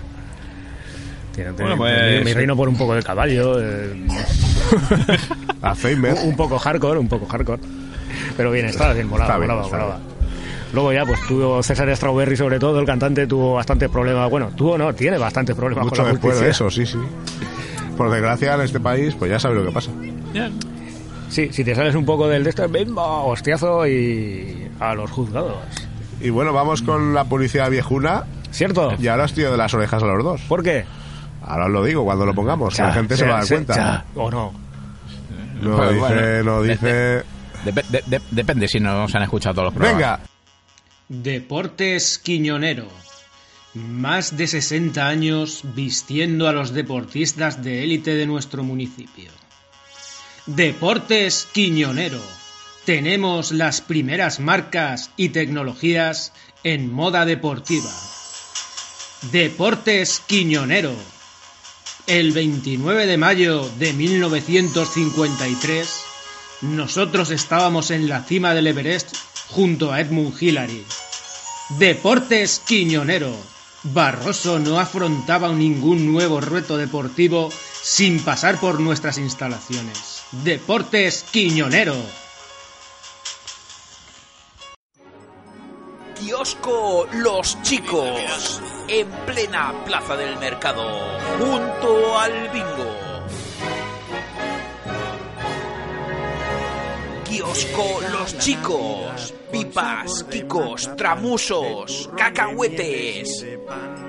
Tiene,
Mm. Bueno,
auténticos-
pues-
Mi reino por un poco de caballo. eh,
Hacedme.
Un poco hardcore, un poco hardcore. Pero bien, estaba bien, molaba,
Está bien,
molaba,
está
molaba. Luego ya, pues tuvo César Strawberry, sobre todo, el cantante tuvo bastantes problemas. Bueno, tuvo no, tiene bastantes problemas
Mucho
con la
después
justicia.
de eso, sí, sí. Por desgracia, en este país, pues ya sabe lo que pasa.
Sí, si te sales un poco del de esto, ¡bimbo! hostiazo y a los juzgados.
Y bueno, vamos con la publicidad viejuna.
¿Cierto?
Y ahora estoy de las orejas a los dos.
¿Por qué?
Ahora os lo digo cuando lo pongamos, que la gente se va a dar cuenta.
¿O no?
No
Bueno,
dice,
bueno.
no dice.
Dep- de- de- depende si no se han escuchado todos los programas.
Venga,
Deportes Quiñonero. Más de 60 años vistiendo a los deportistas de élite de nuestro municipio. Deportes Quiñonero. Tenemos las primeras marcas y tecnologías en moda deportiva. Deportes Quiñonero. El 29 de mayo de 1953, nosotros estábamos en la cima del Everest junto a Edmund Hillary. Deportes Quiñonero. Barroso no afrontaba ningún nuevo reto deportivo sin pasar por nuestras instalaciones. Deportes Quiñonero.
Kiosco Los Chicos, en plena plaza del mercado, junto al bingo. Kiosco Los Chicos, pipas, kikos, tramusos, cacahuetes.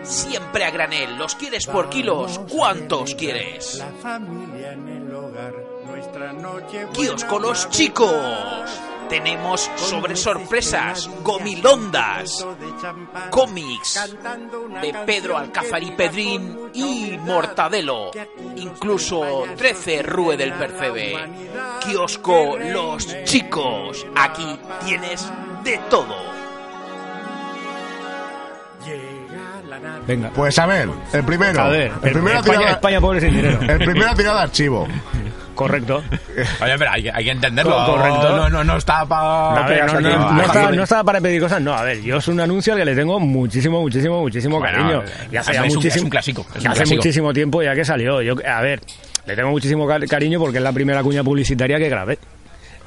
Siempre a granel, los quieres por kilos, ¿cuántos quieres?
familia en el hogar, nuestra noche
Kiosco Los Chicos. Tenemos sobre sorpresas, gomilondas, cómics de Pedro Alcázar y Pedrín y Mortadelo, incluso 13 Rue del Percebe. Kiosco Los Chicos, aquí tienes de todo.
Venga.
pues a ver, el primero.
A ver,
el primero ha
España,
tirado-
España pobre sin dinero.
el primero ha tirado archivo.
Correcto.
Oye, pero hay, que- hay que entenderlo.
Co- correcto.
No, no, no está para.
A ver, no, no, no estaba, no estaba para pedir cosas. No, a ver, yo es un anuncio al que le tengo muchísimo, muchísimo, muchísimo
Bueno,
cariño.
eh,
Y hace
es
ya
un- es un
muchísimo,
clásico, es un
hace
clásico.
muchísimo tiempo ya que salió. Yo, a ver, le tengo muchísimo ca- cariño porque es la primera cuña publicitaria que grabé.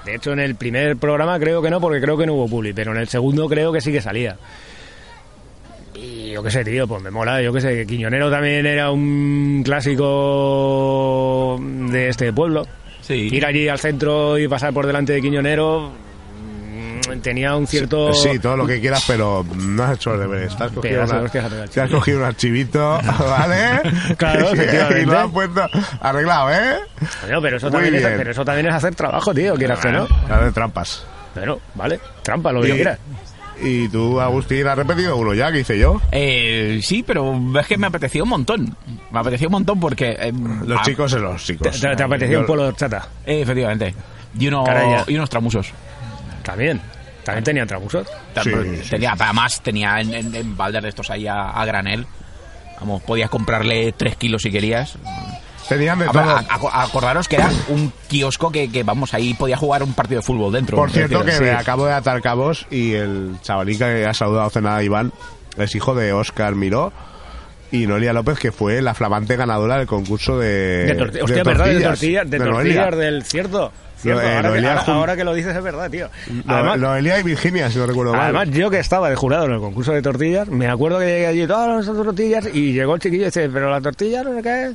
De hecho, en el primer programa creo que no, porque creo que no hubo publi, pero en el segundo creo que sí que salía. Y yo qué sé, tío, pues me mola, yo qué sé, que Quiñonero también era un clásico de este pueblo.
Sí.
Ir allí al centro y pasar por delante de Quiñonero mm, tenía un cierto...
Sí, todo lo que quieras, pero no has hecho el deber. Te has cogido,
Pedazo de
una-
hostias te has
te has cogido un archivito, ¿vale?
Claro,
y lo
efectivamente.
has puesto arreglado, ¿eh?
Coño, pero, eso
Muy
también es,
bien.
pero eso también es hacer trabajo, tío, quieras que no.
A ver, trampas.
Pero, vale, trampa, lo que quieras.
pues Y tú, Agustín, has repetido uno ya que hice yo.
Eh, sí, pero es que me apeteció un montón. Me apeteció un montón porque. eh,
Los
ah,
chicos son los
Te,
chicos.
te- te apetecía un
Yo-
polo de horchata.
eh, efectivamente. Y, uno-
Caralla.
y unos tramusos.
También. También tenía trabusos.
Sí,
También
sí,
tenía, Además, tenía en, en, en baldes de estos ahí a, a granel. Vamos, podías comprarle 3 kilos si querías.
Tenían de
A-
todo.
a- a- acordaros que era un kiosco que, que, vamos, ahí podía jugar un partido de fútbol dentro.
Por cierto, que
Sí.
me acabo de atar cabos y el chavalín que ha saludado hace nada, Iván, es hijo de Óscar Miró y Noelia López, que fue la flamante ganadora del concurso Eh, de,
De torti- Hostia, verdad, de tortillas, de
Noelia.
tortillas del cierto. cierto,
Lo- eh,
ahora, que,
Noelia
ahora-
jun-
ahora que lo dices es verdad, tío.
No-
Además,
Noelia y Virginia, si no recuerdo mal.
Además, yo que estaba de jurado en el concurso de tortillas, me acuerdo que llegué allí, todas las tortillas, y llegó el chiquillo y dice, pero la tortilla no sé qué es.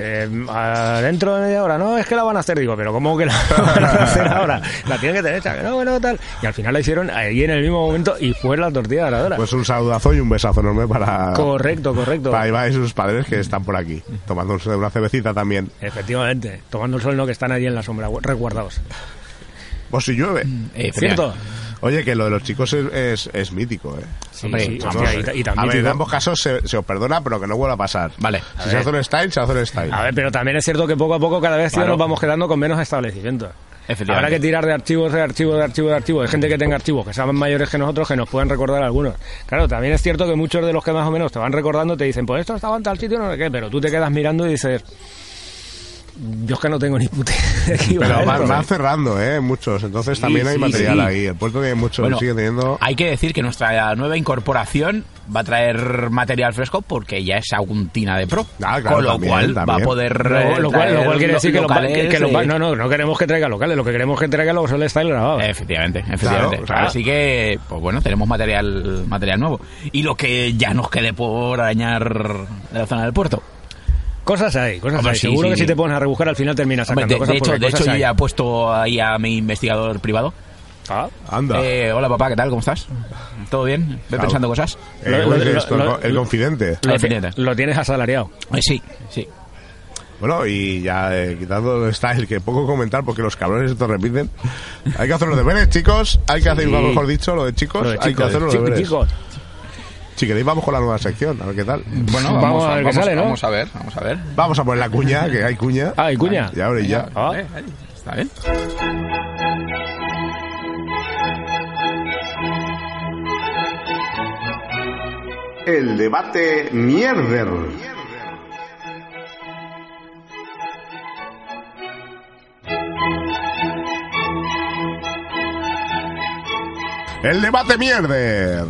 Eh, a- dentro de media hora, no, es que la van a hacer, digo, pero ¿cómo que la van a hacer ahora? La tienen que tener hecha, que no, bueno, tal. Y al final la hicieron ahí en el mismo momento y fue la tortilla ganadora.
pues un saludazo y un besazo enorme
ah.
para,
correcto, Mm. correcto.
para Iván y sus padres que están por aquí, tomándose una cervecita también.
Efectivamente, tomando el sol, no que están allí en la sombra, resguardados.
O si llueve.
Eh,
Mm, ¿Cierto?
Oye, que lo de los chicos es, es, es mítico, ¿eh?
Hombre,
sí,
vamos,
hostia, y ta- y,
a
también.
ver, en
digo-
ambos casos se, se os perdona, pero que no vuelva a pasar.
Vale.
Si se hace un style, se hace un style.
A ver, pero también es cierto que poco a poco cada vez tío,
Claro.
nos vamos quedando con menos establecimientos.
Efectivamente.
Habrá que tirar de archivos, de archivos, de archivos, de archivos. Hay gente que tenga archivos que sean mayores que nosotros que nos puedan recordar algunos. Claro, también es cierto que muchos de los que más o menos te van recordando te dicen, pues esto estaba en tal sitio, no sé qué, pero tú te quedas mirando y dices, Yo es que no tengo ni puta idea de qué iba a
Pero
haber,
van,
pero-
van cerrando, ¿eh? Muchos. Entonces
Sí,
también hay
sí,
material
sí.
ahí. El puerto tiene mucho,
Bueno,
sigue teniendo.
Hay que decir que nuestra nueva incorporación va a traer material fresco porque ya es Aguntina de Pro.
Ah, claro,
con lo
también,
cual va
también.
a poder.
Lo-
eh,
lo, cual, lo
traer
cual quiere
lo-
decir que, los ba- que-
locales,
que los ba-
eh,
no, no, no queremos que traiga locales, lo que queremos que traiga los soles style grabados.
Efectivamente, efectivamente.
Claro, claro.
Así que, pues bueno, tenemos material material nuevo. Y lo que ya nos quede por arañar de la zona del puerto.
Cosas hay, cosas
Hombre,
hay.
sí,
Seguro
sí.
que si te pones a rebuscar al final terminas
Hombre,
sacando
de,
cosas
de hecho,
porque
de hecho
cosas
yo
hay.
ya he puesto ahí a mi investigador privado.
Ah.
Anda.
Eh, hola papá, ¿qué tal? ¿Cómo estás? ¿Todo bien? ¿Ve
Claro.
pensando cosas?
Eh,
lo-
pues
lo-
esto,
lo-
el co- el
lo-
confidente.
Lo, lo tienes asalariado.
Eh, sí, sí.
Bueno, y ya eh, quitando el style, que poco comentar porque los cabrones esto repiten. Hay que hacer los deberes, chicos. Hay que hacer,
Sí.
mejor dicho, lo de chicos.
Lo de
Pues hay que
chicos,
hacer los
chi-
deberes.
chicos.
Si queréis, vamos con la nueva sección, a ver qué tal.
Bueno,
Vamos
vamos,
a
a,
ver qué
vamos,
sale, ¿no?
vamos a ver, vamos a ver.
Vamos a poner la cuña, que hay cuña.
Ah, ¿y cuña?
Ya, ahora ya.
Ah.
Eh, ahí, Está bien.
El debate mierder.
El debate mierder.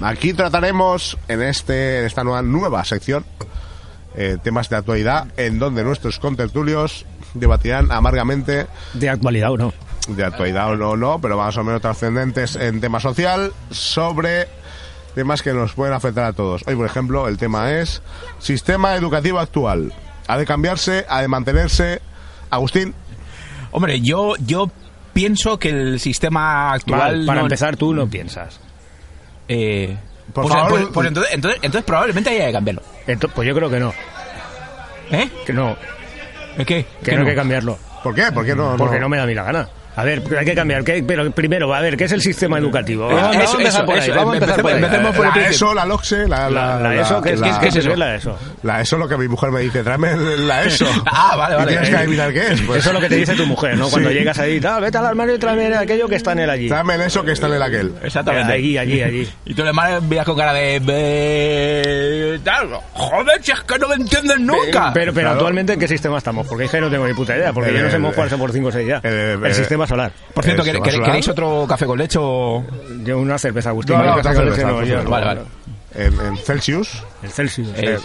Aquí trataremos en este en esta nueva, nueva sección eh, temas de actualidad en donde nuestros contertulios debatirán amargamente
De actualidad o no.
de actualidad o no, no, pero más o menos trascendentes en tema social sobre temas que nos pueden afectar a todos. Hoy, por ejemplo, el tema es sistema educativo actual. Ha de cambiarse, ha de mantenerse. Agustín,
Hombre, yo, yo pienso que el sistema actual.
Mal, para
no-
empezar, tú no piensas.
eh,
Por
pues,
favor.
pues- pues entonces, entonces, entonces probablemente haya que cambiarlo.
Ento- pues yo creo que no.
¿Eh?
Que no,
¿El qué?
que
¿Qué
no
no?
hay que cambiarlo.
¿por qué? ¿Por qué no?
Porque no me da a mí la gana. A ver, hay que cambiar. ¿qué? Pero primero, a ver, ¿qué es el sistema educativo?
Eh,
Vamos,
eso,
vamos a empezar
eso,
por ahí.
eso,
Vamos a empezar por ahí.
empecemos por el
La
principio.
ESO, la LOXE, la...
La, la ESO, ¿qué es,
la-
qué es- qué es eso?
la-
la ESO?
La ESO lo que mi mujer me dice, tráeme la ESO.
Ah, vale, vale.
Y tienes que adivinar qué es. pues.
Eso es lo que te dice tu mujer, ¿no? Cuando
Sí.
llegas ahí, tal, vete al armario y tráeme aquello que está en él allí.
Tráeme el ESO que está en el aquel.
Exactamente.
Allí, allí, allí.
Y tú le miras con cara de. "Ve- tal". Joder, si es que no me entiendes nunca.
Pero, pero
Claro. Eh,
actualmente, ¿en qué sistema estamos? Porque es que no tengo ni puta idea, porque
El-
yo no sé
el-
mojarse por 5 o 6 ya.
el- el-
El sistema solar.
Por cierto,
Eh,
¿quere-
¿se va a
quere-
sudar?
¿queréis otro café con leche o.?
Yo una cerveza, Agustín.
No,
Yo
no,
café
otra
con
cerveza,
leche no,
otra
yo-
cerveza.
Vale, vale.
En, en Celsius,
El Celsius.
Eh,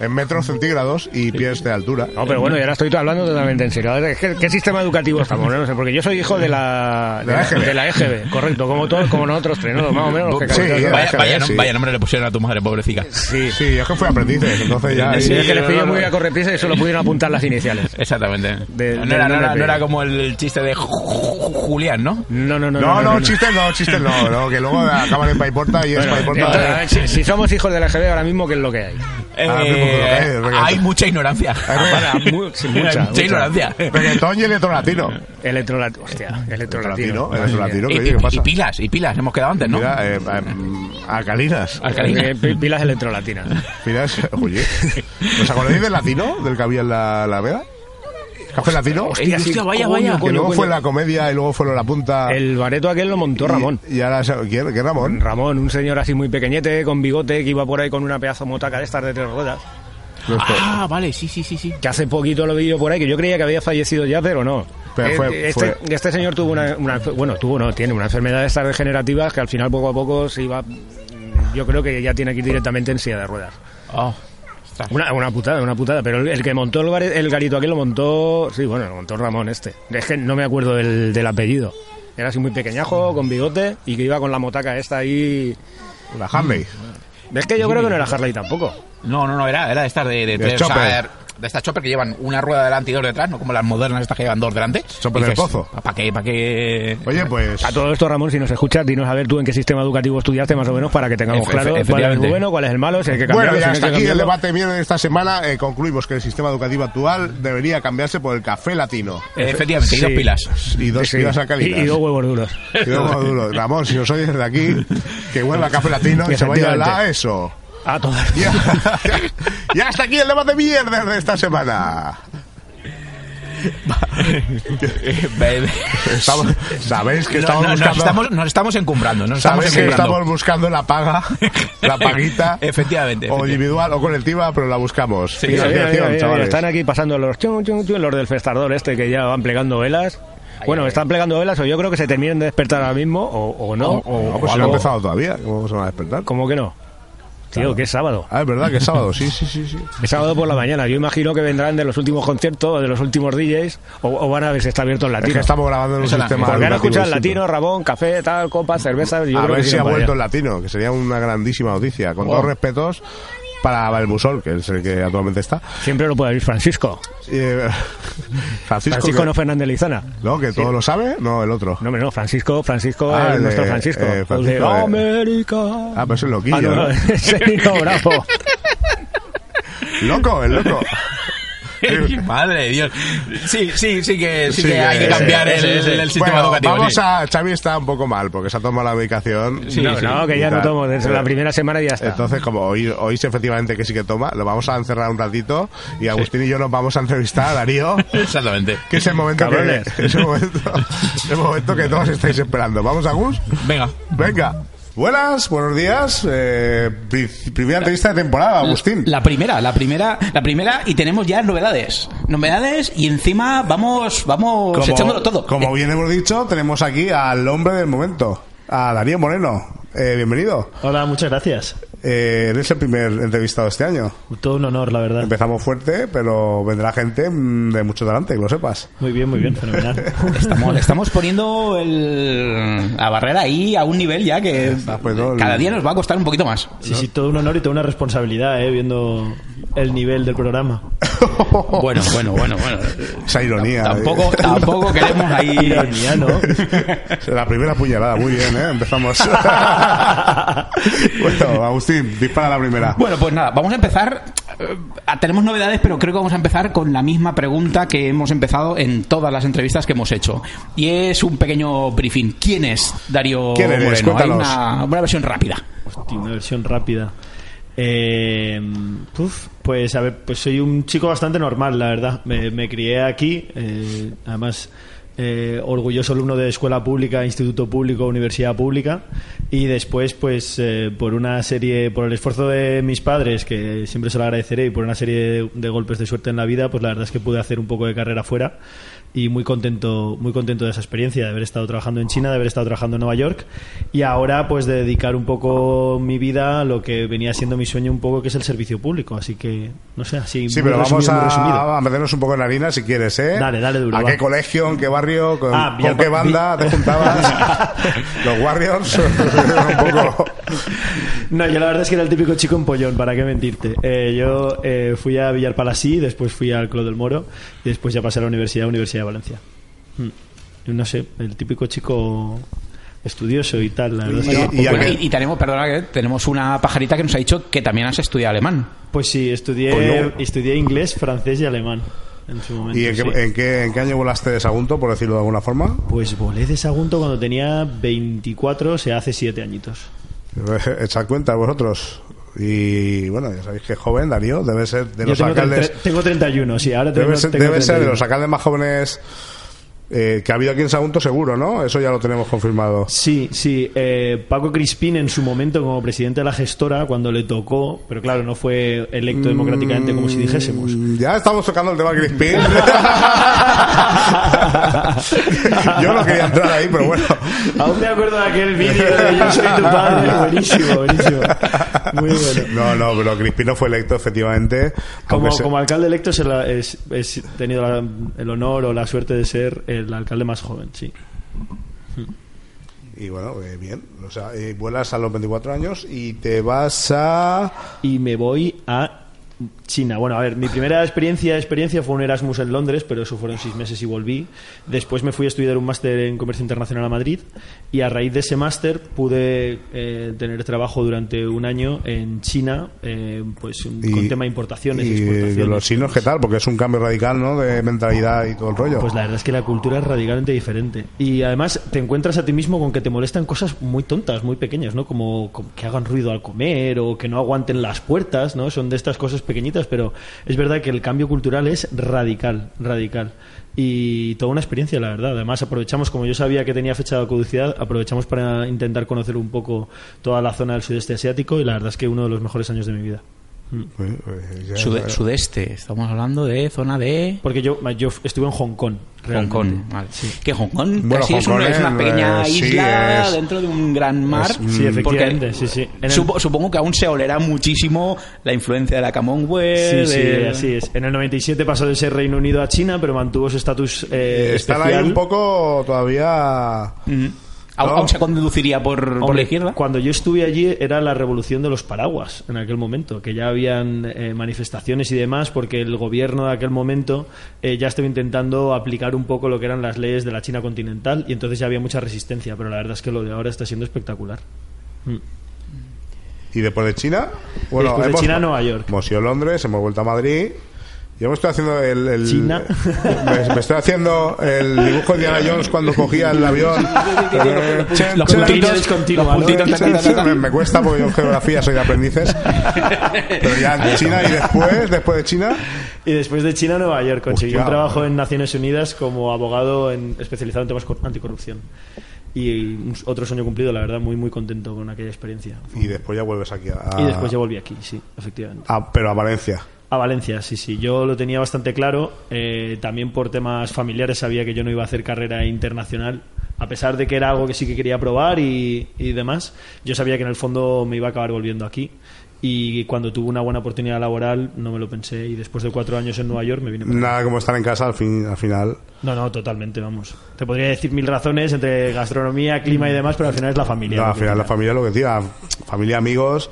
en metros centígrados y pies de altura.
No, pero bueno, y ahora estoy hablando totalmente en serio. A ver, ¿Qué, qué sistema educativo estamos? No sé, porque yo soy hijo de la,
De la E EGB.
de la EGB, correcto, como todos, como nosotros tres, ¿no? más o menos. los que
Sí,
cabemos.
eh,
vaya,
déjale,
vaya, nom-
sí.
vaya nombre le pusieron a tu madre, pobrecita.
pues sí.
Sí, yo es que fui aprendiz, entonces ya... ahí-
Sí, es que les
no,
pidió
no,
muy
no.
a correprisa y solo pudieron apuntar las iniciales.
Exactamente.
De-
no, era, no,
del nombre
era, no
pedido.
era como el chiste de Ju- Ju- Ju- Julián, ¿no?
No, no, no.
No, no, chistes no, chistes no, no, que luego acaban en Paiporta y es
Bueno,
Paiporta...
entonces, eh. si, si somos hijos de la EGB, ahora mismo, ¿qué es lo que hay?
Ah, pero porque hay
Eh,
reggaetón.
hay mucha ignorancia.
Para, mu- sí,
Hay
mucha,
mucha
mucha.
ignorancia.
Reggaetón y electrolatino.
Electrolatino. Hostia, electrolatino.
Electrolatino, electrolatino, ¿qué
Y,
oye, ¿qué
y- y
pasa?
pilas, y pilas, hemos quedado antes, ¿no?
Mira, eh, em, alcalinas.
Alcalina.
Eh, pi- Pilas electrolatinas.
Pilas, oye, ¿os acordáis del latino, del que había en la, la veda? ¿Café latino?
Hostia, hostia, vaya, vaya.
Que luego fue la comedia y luego fue la punta.
El bareto aquel lo montó Ramón.
Y, y ahora, se- ¿quién? ¿Qué Ramón?
Ramón, un señor así muy pequeñete, con bigote, que iba por ahí con una pedazo de motaca de estas de tres ruedas.
Nuestro-
Ah, vale, sí, sí, sí, sí.
Que hace poquito lo vi yo por ahí, que yo creía que había fallecido ya, pero no.
Pero
Eh,
fue-
este,
fue-
este señor tuvo una, una- Bueno, tuvo, no, tiene una enfermedad de estas degenerativas que al final poco a poco se iba. Yo creo que ya tiene que ir directamente en silla de ruedas.
Oh, ostras.
Una, una putada, una putada. Pero el, el que montó el, gare- el garito aquí lo montó. Sí, bueno, lo montó Ramón este. Es que no me acuerdo del, del apellido. Era así muy pequeñajo, con bigote y que iba con la motaca esta ahí.
La Harley.
Es que yo creo que no era Harley tampoco.
No, no, no, era, era de estas de, de,
Del
tres, o sea, er,
chopper.
de estas chopper que llevan una rueda delante y dos detrás, no como las modernas estas que llevan dos delante.
Chopper del pozo.
¿Para qué? ¿Para qué?
Oye, pues.
A todo esto, Ramón, si nos escuchas, dinos a ver tú en qué sistema educativo estudiaste más o menos para que tengamos
Efe-
claro cuál es el
efectivamente.
bueno, cuál es el malo, si hay que cambiarlo.
Bueno,
si
ya
no hay
hasta
que
aquí el
cambiarlo.
debate viene de esta semana. Eh, concluimos que el sistema educativo actual debería cambiarse por el café latino.
Eh, Efectivamente, y
Sí.
dos pilas.
Y dos
Sí.
pilas alcalinas.
Y, y dos huevos duros.
Y dos huevos duros. Ramón, si nos oyes desde aquí, que vuelva a café latino y se vaya a la
Efectivamente.
ESO.
A todas.
Y, y hasta aquí el debate mierda de esta semana. Estamos- Sabéis que estamos
No, no,
buscando.
Nos estamos, nos estamos encumbrando. Nos estamos
Sabéis que
encumbrando.
estamos buscando la paga, la paguita,
Efectivamente.
o individual o colectiva, pero la buscamos.
Mira, mira,
Financiación,
mira, mira,
chavales.
Están aquí pasando los chun, chun, chun, los del festardor este que ya van plegando velas. Bueno, están plegando velas o yo creo que se terminan de despertar ahora mismo o, o no.
O- o- pues si no ha empezado todavía, ¿cómo se van a despertar?
¿Cómo que no? Tío, que es sábado.
Ah, es verdad que es sábado, sí, sí, sí. sí.
Es sábado por la mañana. Yo imagino que vendrán de los últimos conciertos, o de los últimos DJs, o, o van a ver si está abierto el latino.
que estamos grabando en un
Eso la-
sistema
Porque ahora
educativo
escuchan
distinto.
latino, rabón, café, tal, copa, cerveza. Yo
a
creo
ver
que Oh.
si ha
irán para
vuelto
allá.
el latino, que sería una grandísima noticia. Con
Wow.
todos respetos para Balbusol, que es el que actualmente está.
Siempre lo puede abrir Francisco.
Eh, Francisco,
Francisco
que-
no Fernández Lizana.
no, que todo lo sabe, no el otro.
No, hombre, no, Francisco, Francisco,
Ah,
el
el de-
nuestro Francisco.
eh, Francisco
El de
de-
América.
Ah, pero es el loquillo.
Ah, no,
¿no?
no, ese Nico Bravo.
Loco, el loco.
Madre de Dios. Sí, sí, sí que, sí
Sí,
que hay que
eh,
cambiar
sí,
el,
sí, sí.
el sistema
Bueno,
educativo.
Vamos
sí.
a. Xavi está un poco mal porque se ha tomado la medicación.
no, no, que ya
Y
no
tal.
tomo. Desde la
Eh,
primera semana ya está.
Entonces, como hoy, hoy sí, efectivamente que sí que toma, lo vamos a encerrar un ratito y Agustín y yo nos vamos a entrevistar a Darío.
Exactamente.
Que es el momento que,
Cabrones.
es el momento, el momento que todos estáis esperando. ¿Vamos, Agus?
Venga.
Venga. Buenas, buenos días. Eh, pri- primera entrevista de temporada, Agustín.
La primera, la primera, la primera y tenemos ya novedades. Novedades y encima vamos, vamos echándolo todo. Eh,
como bien hemos dicho, tenemos aquí al hombre del momento, a Darío Moreno. Eh, bienvenido. Eh,
Hola, muchas gracias.
eres el primer entrevistado este año.
Todo un honor, la verdad.
Empezamos fuerte, pero vendrá gente mm, de mucho delante, que lo sepas.
Muy bien, muy bien, fenomenal.
Estamos, estamos poniendo el- la barrera ahí a un nivel ya que
pues,
cada día nos va a costar un poquito más.
Sí, sí, todo un honor y toda una responsabilidad, ¿eh? viendo el nivel del programa.
Bueno, bueno, bueno, bueno.
Esa ironía. eh.
Tampoco, tampoco queremos ahí.
Ironía, ¿no?
La primera puñalada, muy bien, ¿eh? Empezamos. bueno, Agustín, dispara la primera.
Bueno, pues nada, vamos a empezar. eh, tenemos novedades, pero creo que vamos a empezar con la misma pregunta que hemos empezado en todas las entrevistas que hemos hecho. Y es un pequeño briefing. ¿Quién es Darío
¿Quién eres?
Moreno? Hay
Cuéntanos.
una, una versión rápida.
Hostia, una versión rápida. Eh, puf, pues a ver, pues soy un chico bastante normal, la verdad. Me, me crié aquí, eh, además eh, orgulloso alumno de escuela pública, instituto público, universidad pública, y después pues eh, por una serie, por el esfuerzo de mis padres, que siempre se lo agradeceré, y por una serie de, de golpes de suerte en la vida, pues la verdad es que pude hacer un poco de carrera fuera y muy contento, muy contento de esa experiencia, de haber estado trabajando en China, de haber estado trabajando en Nueva York y ahora pues de dedicar un poco mi vida a lo que venía siendo mi sueño un poco que es el servicio público, así que no sé, así
Sí,
muy
pero vamos
resumido, muy resumido.
a, a meternos un poco en la harina si quieres, ¿eh?
Dale, dale duro,
¿A
va.
qué colegio, en qué barrio, con,
Ah,
con
ya-
qué banda te juntabas? ¿Los Warriors?
No, yo la verdad es que era el típico chico empollón, ¿para qué mentirte? Eh, yo eh, fui a Villar Palasí, después fui al Club del Moro y después ya pasé a la Universidad, Universidad de Valencia. Hmm. No sé, el típico chico estudioso y tal, la verdad. es que
Bueno,
tampoco-
bueno, Pues, y, y tenemos, perdona, que tenemos una pajarita que nos ha dicho que también has estudiado alemán.
Pues sí, estudié,
Coño.
estudié inglés, francés y alemán en su momento.
¿Y en qué,
sí.
en qué- en qué año volaste de Sagunto, por decirlo de alguna forma?
Pues volé de Sagunto cuando tenía 24, se hace 7 añitos.
Eh, Echad cuenta vosotros. Y bueno, ya sabéis que joven, Darío, debe ser de
Yo
los
tengo,
alcaldes.
tre- tengo 31, sí, ahora tengo,
Debe ser,
tengo
debe ser de
31.
los alcaldes más jóvenes eh, que ha habido aquí en Sagunto, seguro, ¿no? Eso ya lo tenemos confirmado.
Sí, sí. eh, Paco Crispín en su momento como presidente de la gestora, cuando le tocó, pero claro, no fue electo democráticamente como si dijésemos.
Mm, Ya estamos tocando el tema Crispín. Yo no quería entrar ahí, pero bueno.
Aún me acuerdo de aquel vídeo de Yo soy tu padre, buenísimo, buenísimo. Muy bueno.
No, no, pero Crispín no fue electo, efectivamente.
Como,
aunque se-
como alcalde electo se la- es- es- he tenido la- el honor o la suerte de ser el alcalde más joven, sí.
Y bueno, eh, bien. O sea, eh, vuelas a los 24 años y te vas a.
Y me voy a China. Bueno, a ver, mi primera experiencia, experiencia fue un Erasmus en Londres, pero eso fueron seis meses y volví. Después me fui a estudiar un máster en comercio internacional a Madrid y a raíz de ese máster pude eh, tener trabajo durante un año en China, eh, pues un-
Y-
con tema de importaciones y,
y
exportaciones.
los chinos, ¿qué tal? Porque es un cambio radical, ¿no? De mentalidad y todo el rollo.
Pues la verdad es que la cultura es radicalmente diferente. Y además te encuentras a ti mismo con que te molestan cosas muy tontas, muy pequeñas, ¿no? Como, como que hagan ruido al comer o que no aguanten las puertas, ¿no? Son de estas cosas pequeñitas, pero es verdad que el cambio cultural es radical, radical. Y toda una experiencia, la verdad. Además, aprovechamos, como yo sabía que tenía fecha de caducidad, aprovechamos para intentar conocer un poco toda la zona del sudeste asiático y la verdad es que uno de los mejores años de mi vida.
eh,
Sude- sudeste, estamos hablando de zona de.
Porque yo, yo estuve en Hong Kong.
Hong Kong,
realmente.
vale.
Sí.
Que Hong Kong
Bueno,
casi
Hong
es, una-
Kong
es una
es,
pequeña
eh, sí,
isla
es-
dentro de un gran mar.
es- sí, efectivamente, sí, sí. En el-
supo- supongo que aún se olerá muchísimo la influencia de la
Sí,
Commonwealth.
sí,
del-
así es. En el 97 pasó de ser Reino Unido a China, pero mantuvo su estatus eh,
Están ahí
especial.
un poco todavía.
¿Aún- aún se
conduciría por,
Hombre, Cuando yo estuve allí era la revolución de los paraguas en aquel momento, que ya habían eh, manifestaciones y demás, porque el gobierno de aquel momento eh, ya estaba intentando aplicar un poco lo que eran las leyes de la China continental y entonces ya había mucha resistencia, pero la verdad es que lo de ahora está siendo espectacular.
¿Y después de China? Bueno,
Después de
hemos-
China a Nueva York.
Hemos ido a Londres, hemos vuelto a Madrid. Yo me estoy haciendo el. el-
China.
Me, me estoy haciendo el dibujo de Diana Jones cuando cogía el avión. Eh, chen,
Los
chen,
puntitos,
chen,
los puntitos,
chen,
puntitos,
chen,
ta, ta, ta, ta.
Me, me cuesta porque yo en geografía soy de aprendices. Pero ya en China y después, después de China.
Y después de China, Nueva York, conseguí
Hostia.
un trabajo en Naciones Unidas como abogado en- especializado en temas cor- anticorrupción. Y un- otro sueño cumplido, la verdad, muy, muy contento con aquella experiencia.
Y después ya vuelves aquí a.
Y después ya volví aquí, sí, efectivamente.
a- pero a Valencia.
A Valencia, sí, sí. Yo lo tenía bastante claro. eh, también por temas familiares sabía que yo no iba a hacer carrera internacional. A pesar de que era algo que sí que quería probar y, y demás, yo sabía que en el fondo me iba a acabar volviendo aquí. Y cuando tuve una buena oportunidad laboral, no me lo pensé. Y después de cuatro años en Nueva York, me vine para
Nada como estar en casa al, fin, al final.
no, no, totalmente, vamos. Te podría decir mil razones entre gastronomía, clima y demás, pero al final es la familia.
No,
lo
al
que Mm.
final la
tira.
familia es lo que tira. Familia, amigos,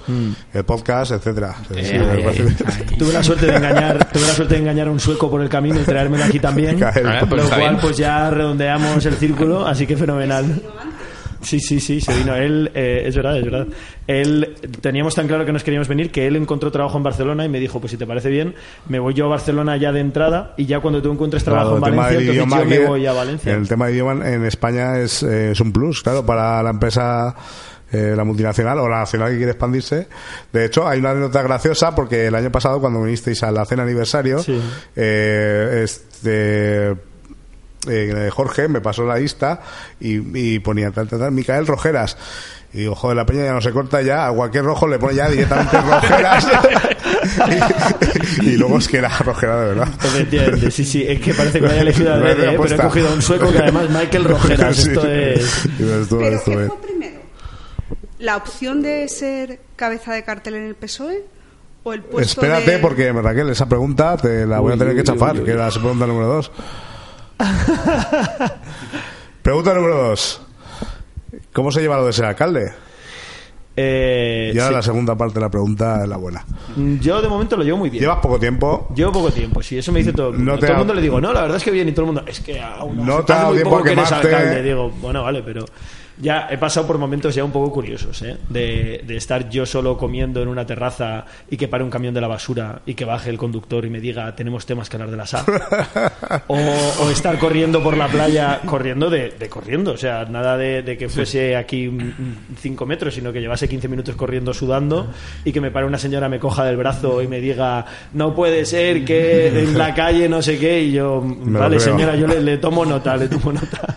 el podcast, etcétera. Sí, me
ahí,
parece-
Tuve la suerte de engañar, tuve la suerte de engañar a un sueco por el camino y traérmelo aquí también.
Ah, pues
lo
está
cual,
bien.
pues ya redondeamos el círculo, así que fenomenal. Sí, sí, sí, se vino. Él, eh, es verdad, es verdad. Él, teníamos tan claro que nos queríamos venir que él encontró trabajo en Barcelona y me dijo, pues si te parece bien, me voy yo a Barcelona ya de entrada y ya cuando tú encuentres trabajo
Claro,
en Valencia,
del
entonces yo
idioma
me
aquí-
voy a Valencia.
El tema de idioma en España es, eh, es un plus, claro, para la empresa, eh, la multinacional o la nacional que quiere expandirse. De hecho, hay una anécdota graciosa porque el año pasado, cuando vinisteis a la cena aniversario, eh, este. eh, Jorge me pasó la lista y, y ponía tal, tal, tal, Micael Rojeras. Y digo, joder, la peña ya no se corta ya, a cualquier rojo le pone ya directamente Rojeras. y, luego es que era Rojera de verdad.
Efectivamente, sí, sí, es que parece que lo haya elegido al
Vaya
DD, ¿eh? pero he
apuesta.
cogido a un sueco que además Michael Rojeras,
Sí.
esto es...
Esto, esto es.
¿La opción de ser cabeza de cartel en el PSOE o el puesto
Espérate,
de...
porque Raquel, esa pregunta te la voy a
Uy,
tener que
uy,
chafar,
uy, uy.
que era la pregunta número dos. pregunta número dos. ¿Cómo se lleva lo de ser alcalde?
Eh,
y ahora
sí.
la segunda parte de la pregunta es la buena.
Yo de momento lo llevo muy bien.
Llevas poco tiempo.
Llevo poco tiempo, sí, eso me dice todo el mundo.
No te
todo el
ha-
mundo le digo, no, la verdad es que bien, y todo el mundo, es que aún
No
hace-
te ha
hace
dado
muy
tiempo
poco
a
que eres
quemarte. ¿eh?
alcalde. Digo, bueno, vale, pero ya he pasado por momentos ya un poco curiosos, ¿eh? De, de estar yo solo comiendo en una terraza y que pare un camión de la basura y que baje el conductor y me diga, tenemos temas que hablar de la SAP. o, o estar corriendo por la playa, corriendo de, de corriendo, o sea, nada de, de que fuese aquí 5 metros, sino que llevase 15 minutos corriendo sudando y que me pare una señora, me coja del brazo y me diga, no puede ser que en la calle no sé qué, y yo,
lo
vale
creo.
señora, yo le, le tomo nota, le tomo nota.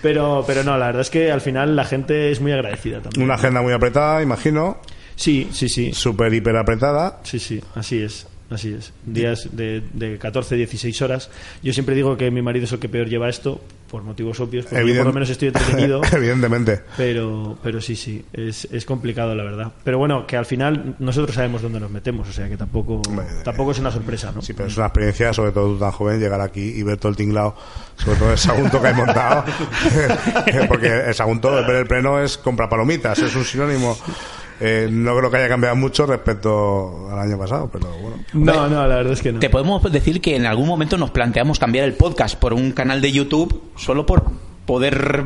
Pero, pero no, la verdad es que al final la gente es muy agradecida también.
Una agenda muy apretada, imagino.
Sí, sí, sí.
Súper, hiper apretada.
Sí, sí, así es. Así es. Días de, de 14, 16 horas. Yo siempre digo que mi marido es el que peor lleva esto, por motivos obvios, porque Pues yo
Evident-
por lo menos estoy entretenido.
Evidentemente.
Pero, pero sí, sí, es, es complicado la verdad. Pero bueno, que al final nosotros sabemos dónde nos metemos, o sea que tampoco, tampoco es una sorpresa, ¿no?
eh, Sí, pero es una experiencia, sobre todo tú tan joven, llegar aquí y ver todo el tinglado, sobre todo el sagunto que hay montado. Porque el sagunto, ver el pleno es compra palomitas, es un sinónimo. Eh, no creo que haya cambiado mucho respecto al año pasado, pero bueno.
No, no, la verdad es que no.
Te podemos decir que en algún momento nos planteamos cambiar el podcast por un canal de YouTube solo por poder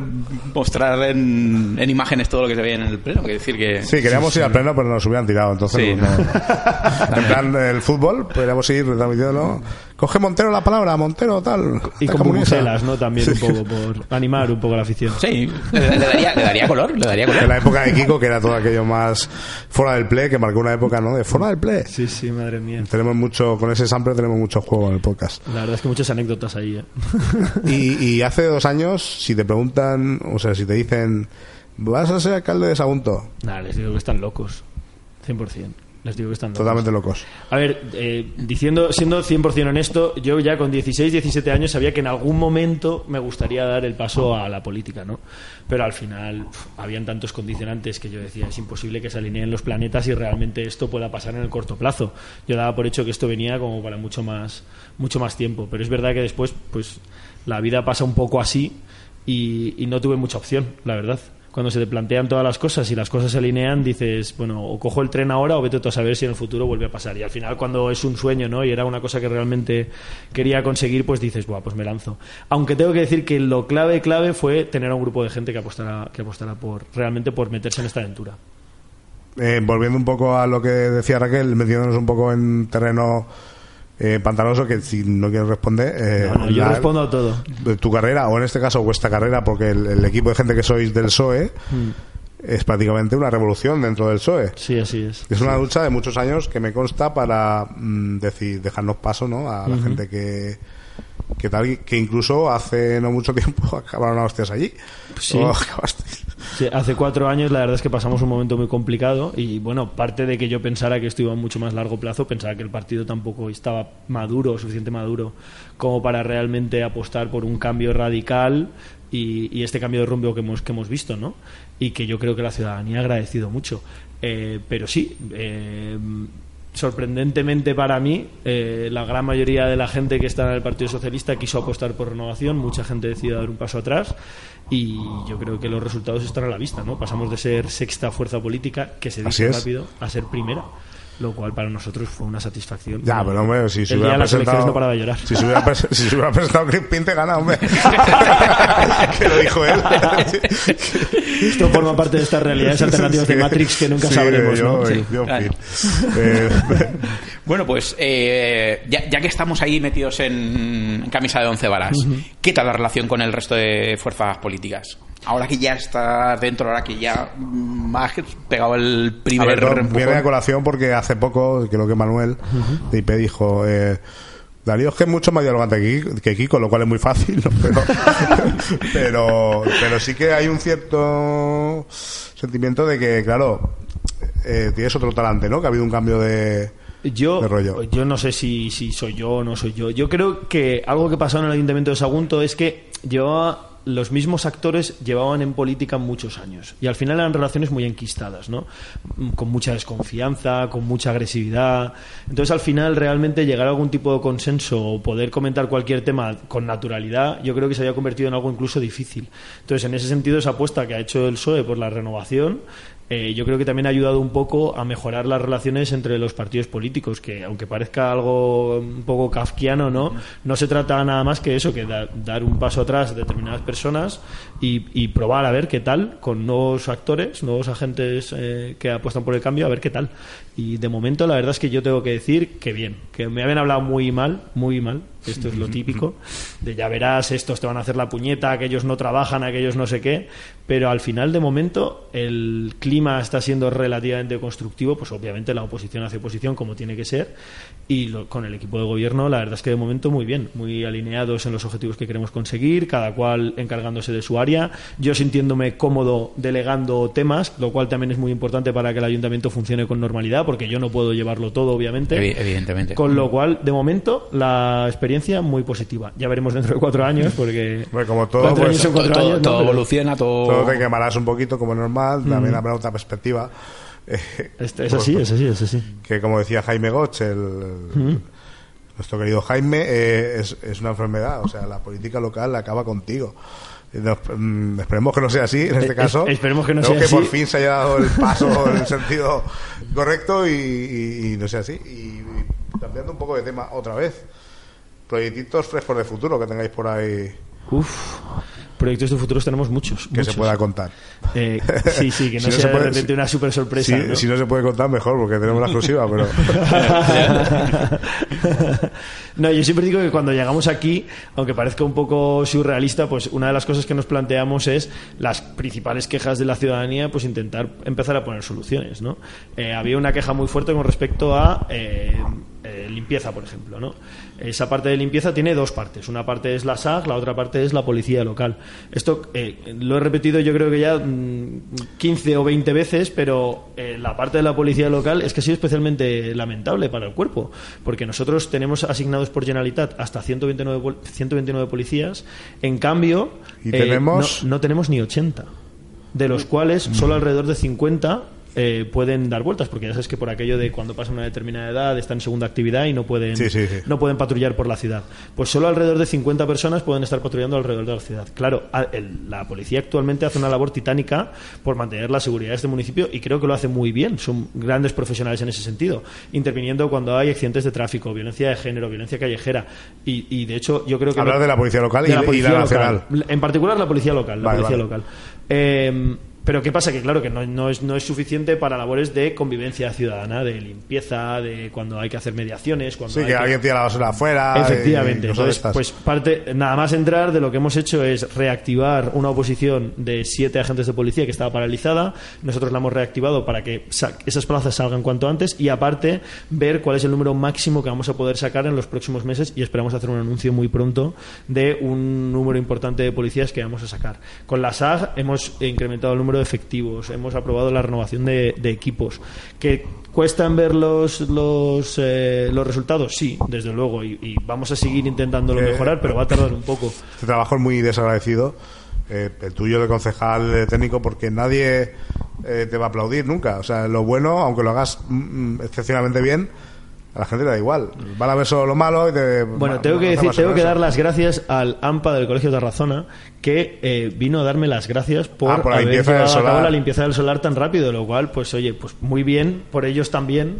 mostrar en, en imágenes todo lo que se veía en el pleno. Que decir que
Sí, queríamos ir al pleno, pero nos hubieran tirado. Entonces,
Sí.
no. en plan, el fútbol, podríamos ir retransmitiéndolo. Coge Montero la palabra, Montero tal.
Y
tal
con
comunista.
bubucelas, ¿no? También un
Sí.
poco por animar un poco a la afición.
Sí, le, le daría, le daría color, le daría color.
En la época de Kiko, que era todo aquello más fuera del play, que marcó una época, ¿no? De fuera del play.
Sí, sí, madre mía.
Tenemos mucho, con ese sample tenemos mucho juego en el podcast.
La verdad es que muchas anécdotas ahí. ¿eh?
Y, y hace dos años, si te preguntan, o sea, si te dicen, ¿vas a ser alcalde de Sagunto?
Nada, les digo que están locos. 100%. Les digo que están locos.
Totalmente locos.
A ver, eh, diciendo, siendo 100% honesto, yo ya con 16, 17 años sabía que en algún momento me gustaría dar el paso a la política, ¿no? Pero al final pf, habían tantos condicionantes que yo decía, es imposible que se alineen los planetas y realmente esto pueda pasar en el corto plazo. Yo daba por hecho que esto venía como para mucho más, mucho más tiempo, pero es verdad que después, pues, la vida pasa un poco así y, y no tuve mucha opción, la verdad. Cuando se te plantean todas las cosas y las cosas se alinean, dices, bueno, o cojo el tren ahora o vete tú a saber si en el futuro vuelve a pasar. Y al final, cuando es un sueño, ¿no? Y era una cosa que realmente quería conseguir, pues dices, buah, pues me lanzo. Aunque tengo que decir que lo clave, clave fue tener a un grupo de gente que apostara, que apostara por, realmente por meterse en esta aventura.
Eh, volviendo un poco a lo que decía Raquel, metiéndonos un poco en terreno eh, pantanoso, que si no quieres responder. eh,
No, no, yo
la-
respondo a todo.
de Tu carrera, o en este caso vuestra carrera, porque el, el equipo de gente que sois del PSOE E,
Mm.
es prácticamente una revolución dentro del PSOE.
Sí, así es.
Es una lucha de muchos años que me consta para mm, decir, dejarnos paso ¿no? a la
Ujú.
gente que, que tal, que incluso hace no mucho tiempo acabaron a hostias allí.
Pues
Oh,
Sí.
O acabasteis.
Sí, hace cuatro años la verdad es que pasamos un momento muy complicado y bueno, parte de que yo pensara que esto iba a mucho más largo plazo, pensaba que el partido tampoco estaba maduro, suficiente maduro, como para realmente apostar por un cambio radical y, y este cambio de rumbo que hemos, que hemos visto, ¿no? Y que yo creo que la ciudadanía ha agradecido mucho. Eh, pero sí, eh, sorprendentemente para mí, eh, la gran mayoría de la gente que está en el Partido Socialista quiso apostar por renovación, mucha gente decidió dar un paso atrás y yo creo que los resultados están a la vista, ¿no? Pasamos de ser sexta fuerza política, que se
Así
dice
es.
rápido, a ser primera, lo cual para nosotros fue una satisfacción.
Ya, pero hombre, si se
El día
hubiera
de las elecciones
presentado.
no paraba de llorar.
Si se hubiera, pres- si se hubiera presentado Crispin, te gana, hombre. que lo dijo él.
Esto forma parte de estas realidades alternativas de Matrix que nunca
Sí,
sabremos,
yo-
¿no?
yo, en fin. Eh,
Bueno, pues eh, ya, ya que estamos ahí metidos en camisa de once varas,
Ujú.
¿qué tal la relación con el resto de fuerzas políticas? Ahora que ya estás dentro, ahora que ya mm, has pegado el
A
primer
ver, no,
empujón.
viene a colación porque hace poco, creo que Manuel de IP dijo. Eh, Darío es que es mucho más dialogante que Kiko- que Kiko, lo cual es muy fácil, ¿no? pero, pero, pero sí que hay un cierto sentimiento de que, claro, eh, tienes otro talante, ¿no? Que ha habido un cambio de,
Yo,
de rollo.
yo no sé si, si soy yo o no soy yo. Yo creo que algo que pasó en el Ayuntamiento de Sagunto es que llevaba los mismos actores llevaban en política muchos años y al final eran relaciones muy enquistadas, ¿no? Mm, Con mucha desconfianza, con mucha agresividad. Entonces al final realmente llegar a algún tipo de consenso o poder comentar cualquier tema con naturalidad, yo creo que se había convertido en algo incluso difícil. Entonces en ese sentido esa apuesta que ha hecho el PSOE E por la renovación eh, yo creo que también ha ayudado un poco a mejorar las relaciones entre los partidos políticos, que aunque parezca algo un poco kafkiano, ¿no? No se trata nada más que eso, que da- dar un paso atrás a determinadas personas y, y probar a ver qué tal con nuevos actores, nuevos agentes eh, que apuestan por el cambio, a ver qué tal. Y de momento la verdad es que yo tengo que decir que bien, que me habían hablado muy mal, muy mal, esto es lo típico, de ya verás, estos te van a hacer la puñeta, aquellos no trabajan, aquellos no sé qué, pero al final de momento el clima está siendo relativamente constructivo, pues obviamente la oposición hace oposición como tiene que ser, y lo- con el equipo de gobierno la verdad es que de momento muy bien, muy alineados en los objetivos que queremos conseguir, cada cual encargándose de su área, yo sintiéndome cómodo delegando temas, lo cual también es muy importante para que el ayuntamiento funcione con normalidad, porque yo no puedo llevarlo todo, obviamente.
Evi- evidentemente.
Con lo cual, de momento, la experiencia muy positiva. Ya veremos dentro de cuatro años, porque.
como todo,
Cuatro
pues,
años son cuatro
todo-
años, ¿no?
todo
Pero-
evoluciona,
todo.
Solo te quemarás un poquito como normal, también
Mm.
habrá otra perspectiva.
Este- es así, es así, es así.
Que como decía Jaime Gotch, el,
Mm.
nuestro querido Jaime, eh, es, es una enfermedad, o sea, la política local acaba contigo. Nos- mm, esperemos que no sea así en este
Eh, Es-
caso.
esperemos que no
Creo
sea así.
por fin se haya dado el paso en el sentido correcto y, y- y no sea así. Y, y cambiando un poco de tema otra vez. Proyectitos frescos de futuro que tengáis por ahí.
Uf. proyectos de futuros tenemos muchos.
Que se
muchos.
pueda contar.
Eh, sí, sí, que
Si
no sea de repente
si-
una super sorpresa.
Si, si no se puede contar, mejor, porque tenemos la exclusiva, pero.
no, yo siempre digo que cuando llegamos aquí, aunque parezca un poco surrealista, pues una de las cosas que nos planteamos es las principales quejas de la ciudadanía, pues intentar empezar a poner soluciones, ¿no? Eh, había una queja muy fuerte con respecto a eh, eh, limpieza, por ejemplo, ¿no? Esa parte de limpieza tiene dos partes. Una parte es la SAG, la otra parte es la policía local. Esto eh, lo he repetido yo creo que ya mm, 15 o 20 veces, pero eh, la parte de la policía local es que ha sido especialmente lamentable para el cuerpo, porque nosotros tenemos asignados por Generalitat hasta 129, pol- 129 policías, en cambio eh,
Y tenemos-
no- no tenemos ni 80 de los cuales solo alrededor de 50 eh, pueden dar vueltas, porque ya sabes que por aquello de cuando pasan una determinada edad están en segunda actividad y no pueden,
Sí, sí, sí.
no pueden patrullar por la ciudad. Pues solo alrededor de 50 personas pueden estar patrullando alrededor de la ciudad. Claro, a- el- la policía actualmente hace una labor titánica por mantener la seguridad de este municipio y creo que lo hace muy bien. Son grandes profesionales en ese sentido, interviniendo cuando hay accidentes de tráfico, violencia de género, violencia callejera. Y, y, de hecho, yo creo que.
Hablar de la policía local y- y la nacional.
En particular, la policía local. La
Vale,
policía
vale.
local. Eh, pero ¿qué pasa? Que claro, que no, no es, no es suficiente para labores de convivencia ciudadana, de limpieza, de cuando hay que hacer mediaciones, cuando
Sí,
hay
que alguien tira la basura afuera.
Efectivamente.
y cosas de
Entonces,
estas.
pues parte, nada más entrar de lo que hemos hecho es reactivar una oposición de siete agentes de policía que estaba paralizada. Nosotros la hemos reactivado para que sa- esas plazas salgan cuanto antes y aparte ver cuál es el número máximo que vamos a poder sacar en los próximos meses y esperamos hacer un anuncio muy pronto de un número importante de policías que vamos a sacar. Con la SAG hemos incrementado el número de efectivos, hemos aprobado la renovación de, de equipos. ¿Que cuestan ver los, los, eh, los resultados? Sí, desde luego, y, y vamos a seguir intentándolo
Eh,
mejorar, pero va a tardar un poco.
Este trabajo es muy desagradecido. eh, el tuyo de concejal de técnico porque nadie eh, te va a aplaudir nunca. O sea, lo bueno, aunque lo hagas mm, mm, excepcionalmente bien, a la gente le da igual. Van a ver solo lo malo y te...
Bueno, tengo que decir, tengo que dar las gracias al AMPA del Colegio de Arrazona que eh, vino a darme las gracias por,
Ah, por la
haber
limpieza del
llevado a cabo
solar.
la limpieza del solar tan rápido, lo cual, pues oye, pues muy bien por ellos también,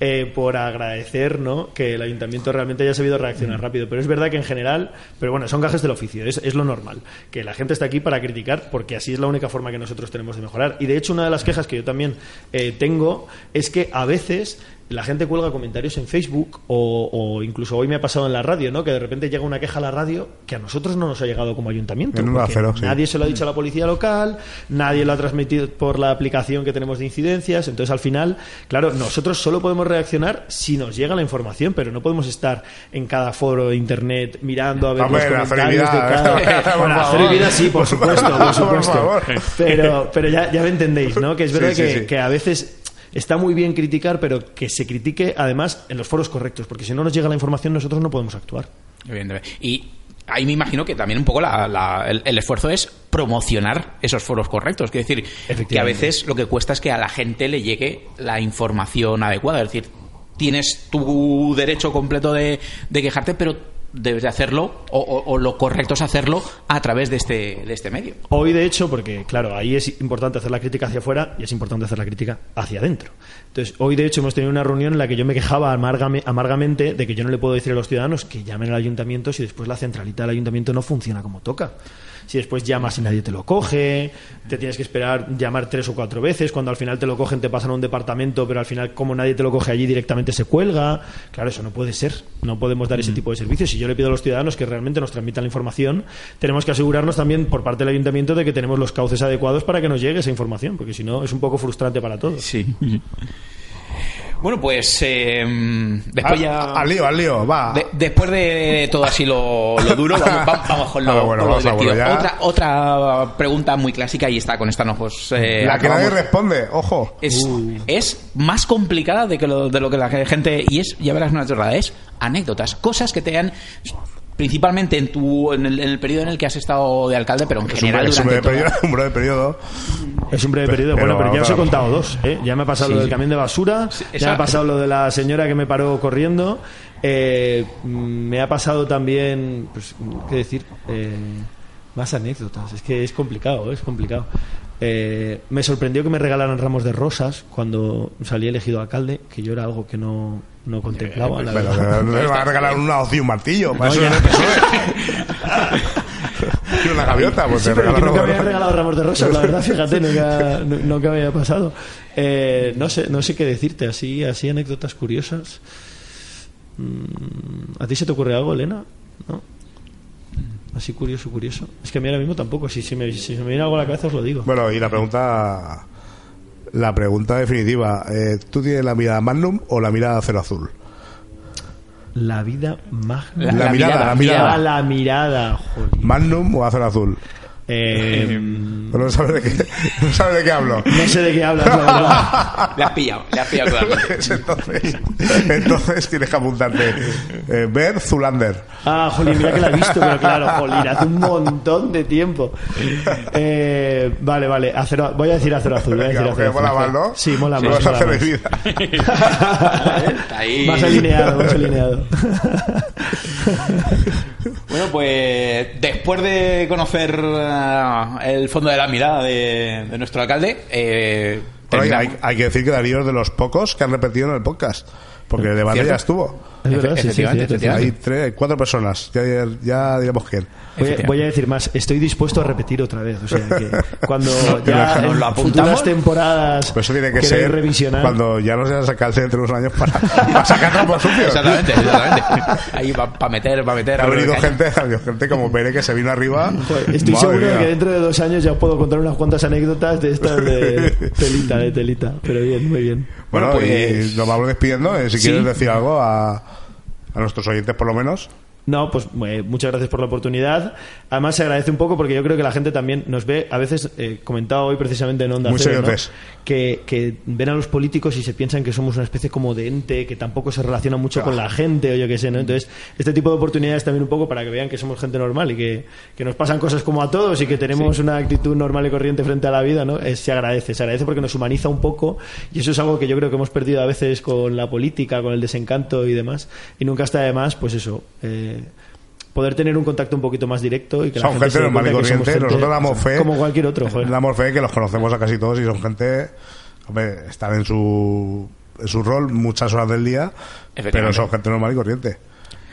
eh, por agradecer, ¿no? Que el ayuntamiento realmente haya sabido reaccionar
Mm.
rápido. Pero es verdad que en general, pero bueno, son gajes del oficio, es, es lo normal, que la gente está aquí para criticar porque así es la única forma que nosotros tenemos de mejorar. Y de hecho, una de las quejas que yo también eh, tengo es que a veces la gente cuelga comentarios en Facebook o, o incluso hoy me ha pasado en la radio, ¿no? Que de repente llega una queja a la radio que a nosotros no nos ha llegado como ayuntamiento.
En un
porque
acero, sí.
Nadie se lo ha dicho a la policía local, nadie lo ha transmitido por la aplicación que tenemos de incidencias. Entonces, al final, claro, nosotros solo podemos reaccionar si nos llega la información, pero no podemos estar en cada foro de internet mirando a ver
Hombre,
los
la
comentarios de
frivolidad,
cada...
por
Bueno, la
favor.
frivolidad sí, por supuesto, por
Por
supuesto.
favor.
Pero, pero ya, ya me entendéis, ¿no? Que es
Sí,
verdad
sí,
que,
sí.
que a veces está muy bien criticar, pero que se critique además en los foros correctos, porque si no nos llega la información nosotros no podemos actuar.
Evidentemente. Y ahí me imagino que también un poco la- la- el, el esfuerzo es promocionar esos foros correctos. Quiero decir, que a veces lo que cuesta es que a la gente le llegue la información adecuada. Es decir, tienes tu derecho completo de, de quejarte, pero debes de hacerlo o, o- o lo correcto es hacerlo a través de este, de este medio.
Hoy, de hecho, porque claro, ahí es importante hacer la crítica hacia afuera y es importante hacer la crítica hacia adentro. Entonces, hoy, de hecho, hemos tenido una reunión en la que yo me quejaba amargame- amargamente de que yo no le puedo decir a los ciudadanos que llamen al ayuntamiento si después la centralita del ayuntamiento no funciona como toca. Si después llamas y nadie te lo coge, te tienes que esperar llamar tres o cuatro veces, cuando al final te lo cogen te pasan a un departamento, pero al final como nadie te lo coge allí directamente se cuelga. Claro, eso no puede ser. No podemos dar ese tipo de servicios. Si yo le pido a los ciudadanos que realmente nos transmitan la información, tenemos que asegurarnos también por parte del ayuntamiento de que tenemos los cauces adecuados para que nos llegue esa información, porque si no es un poco frustrante para todos.
Sí. Bueno, pues eh, después
Ah,
Al-
ya...
al lío, al lío, va.
De- después de todo así lo, lo duro, vamos, vamos- vamos con lo,
Ah, bueno,
con lo
vamos a
divertido.
volver ya.
Otra, otra pregunta muy clásica y está con esta no pues, eh,
la que nadie Uh.
acabamos.
responde, ojo.
es, es más complicada de, que lo- de lo que la gente... Y es, ya verás una chorrada, es anécdotas, cosas que te han... Principalmente en, tu, en, el, en el periodo en el que has estado de alcalde, pero en
Es un,
general
es un
durante
breve periodo,
todo-
un breve periodo.
Es un breve periodo. Bueno, pero ya os he contado dos. ¿eh? Ya me ha pasado
Sí,
lo del
sí.
camión de basura, ya me
esa-
ha pasado lo de la señora que me paró corriendo, eh, mm, me ha pasado también, pues, ¿qué decir? Eh, más anécdotas. Es que es complicado, ¿eh? es complicado. Eh, me sorprendió que me regalaran ramos de rosas cuando salí elegido alcalde, que yo era algo que no, no contemplaba. La
Eh, Pero
verdad.
le va a regalar una hoz y un martillo. Para
No,
eso
ya.
no es el PSOE. ser una gaviota, pues
Sí,
te
pero que
regalan
nunca
ramos
me
de
habían
rosas.
regalado ramos de rosas, la verdad, fíjate, nunca, nu- nunca me había pasado. Eh, no sé, no sé qué decirte, así, así anécdotas curiosas. Mm, ¿A ti se te ocurre algo, Elena? ¿No? Así curioso, curioso. Es que a mí ahora mismo tampoco, si, si, me, si se me viene algo a la cabeza os lo digo.
Bueno, y la pregunta. La pregunta definitiva. eh, ¿Tú tienes la mirada Magnum o la mirada Cero Azul?
La vida magna.
La- La la mirada, mirada, la mirada.
Ah, la mirada. joder.
¿Magnum o Acero Azul? no sabes de qué, no sabes de qué hablo.
No sé de qué hablas, la verdad.
Le has pillado, le has pillado claramente.
entonces, entonces tienes que apuntarte. Eh, ver Zulander.
Ah, jolín, mira que la he visto, pero claro, jolín, hace un montón de tiempo. Eh, vale, vale, acero- voy a decir acero azul. Voy a decir
Venga,
acero
porque mola
azul.
más, ¿no?
Sí, mola
Sí,
más.
vas a
mola
hacer
más.
bebida.
ahí.
Más alineado, más alineado.
Bueno, pues después de conocer ah, el fondo de la mirada de, de nuestro alcalde, eh,
Bueno, hay,
terminamos.
hay- hay que decir que Darío es de los pocos que han repetido en el podcast. Porque el debate
¿Cierto?
ya estuvo.
Es verdad, sí, sí,
Efectivamente,
cierto,
efectivamente.
Hay tres, hay cuatro personas. Ya, ya diremos quién.
Voy a, voy a decir más, estoy dispuesto a repetir otra vez. O sea, que cuando
Pero
ya
nos
en
lo apuntamos.
futuras temporadas
Pues eso tiene que
queréis
ser
revisionar.
cuando ya no seas alcalde dentro de unos años para, para sacar trapo sucio.
Exactamente, eh, exactamente. Ahí va para meter, para meter.
Ha
algo de
venido
caña.
gente, ha venido gente como Pérez que se vino arriba.
Estoy
Madre
seguro de
mía.
que dentro de dos años ya os puedo contar unas cuantas anécdotas de estas de telita, de telita. Pero bien, muy bien.
Bueno, y nos vamos despidiendo. eh, si
pues, Sí.
quieres decir algo a, a nuestros oyentes, por lo menos.
No, pues eh, muchas gracias por la oportunidad. Además, se agradece un poco porque yo creo que la gente también nos ve. A veces, eh, comentado hoy precisamente en Onda
Muy
Cero, ¿no?
seriotes.
que, que ven a los políticos y se piensan que somos una especie como de ente que tampoco se relaciona mucho con la gente o yo qué sé. ¿no? Entonces, este tipo de oportunidades también un poco para que vean que somos gente normal y que, que nos pasan cosas como a todos y que tenemos una actitud normal y corriente frente a la vida. ¿no? Eh, se agradece, se agradece porque nos humaniza un poco y eso es algo que yo creo que hemos perdido a veces con la política, con el desencanto y demás. Y nunca está de más, pues eso. eh, poder tener un contacto un poquito más directo y que la
Son
gente,
gente
se dé
normal y
cuenta que somos
corriente.
gente
Nosotros damos fe.
como cualquier otro. joder.
Damos fe que los conocemos a casi todos y son gente. Hombre, están en su, en su rol muchas horas del día, pero son gente normal y corriente.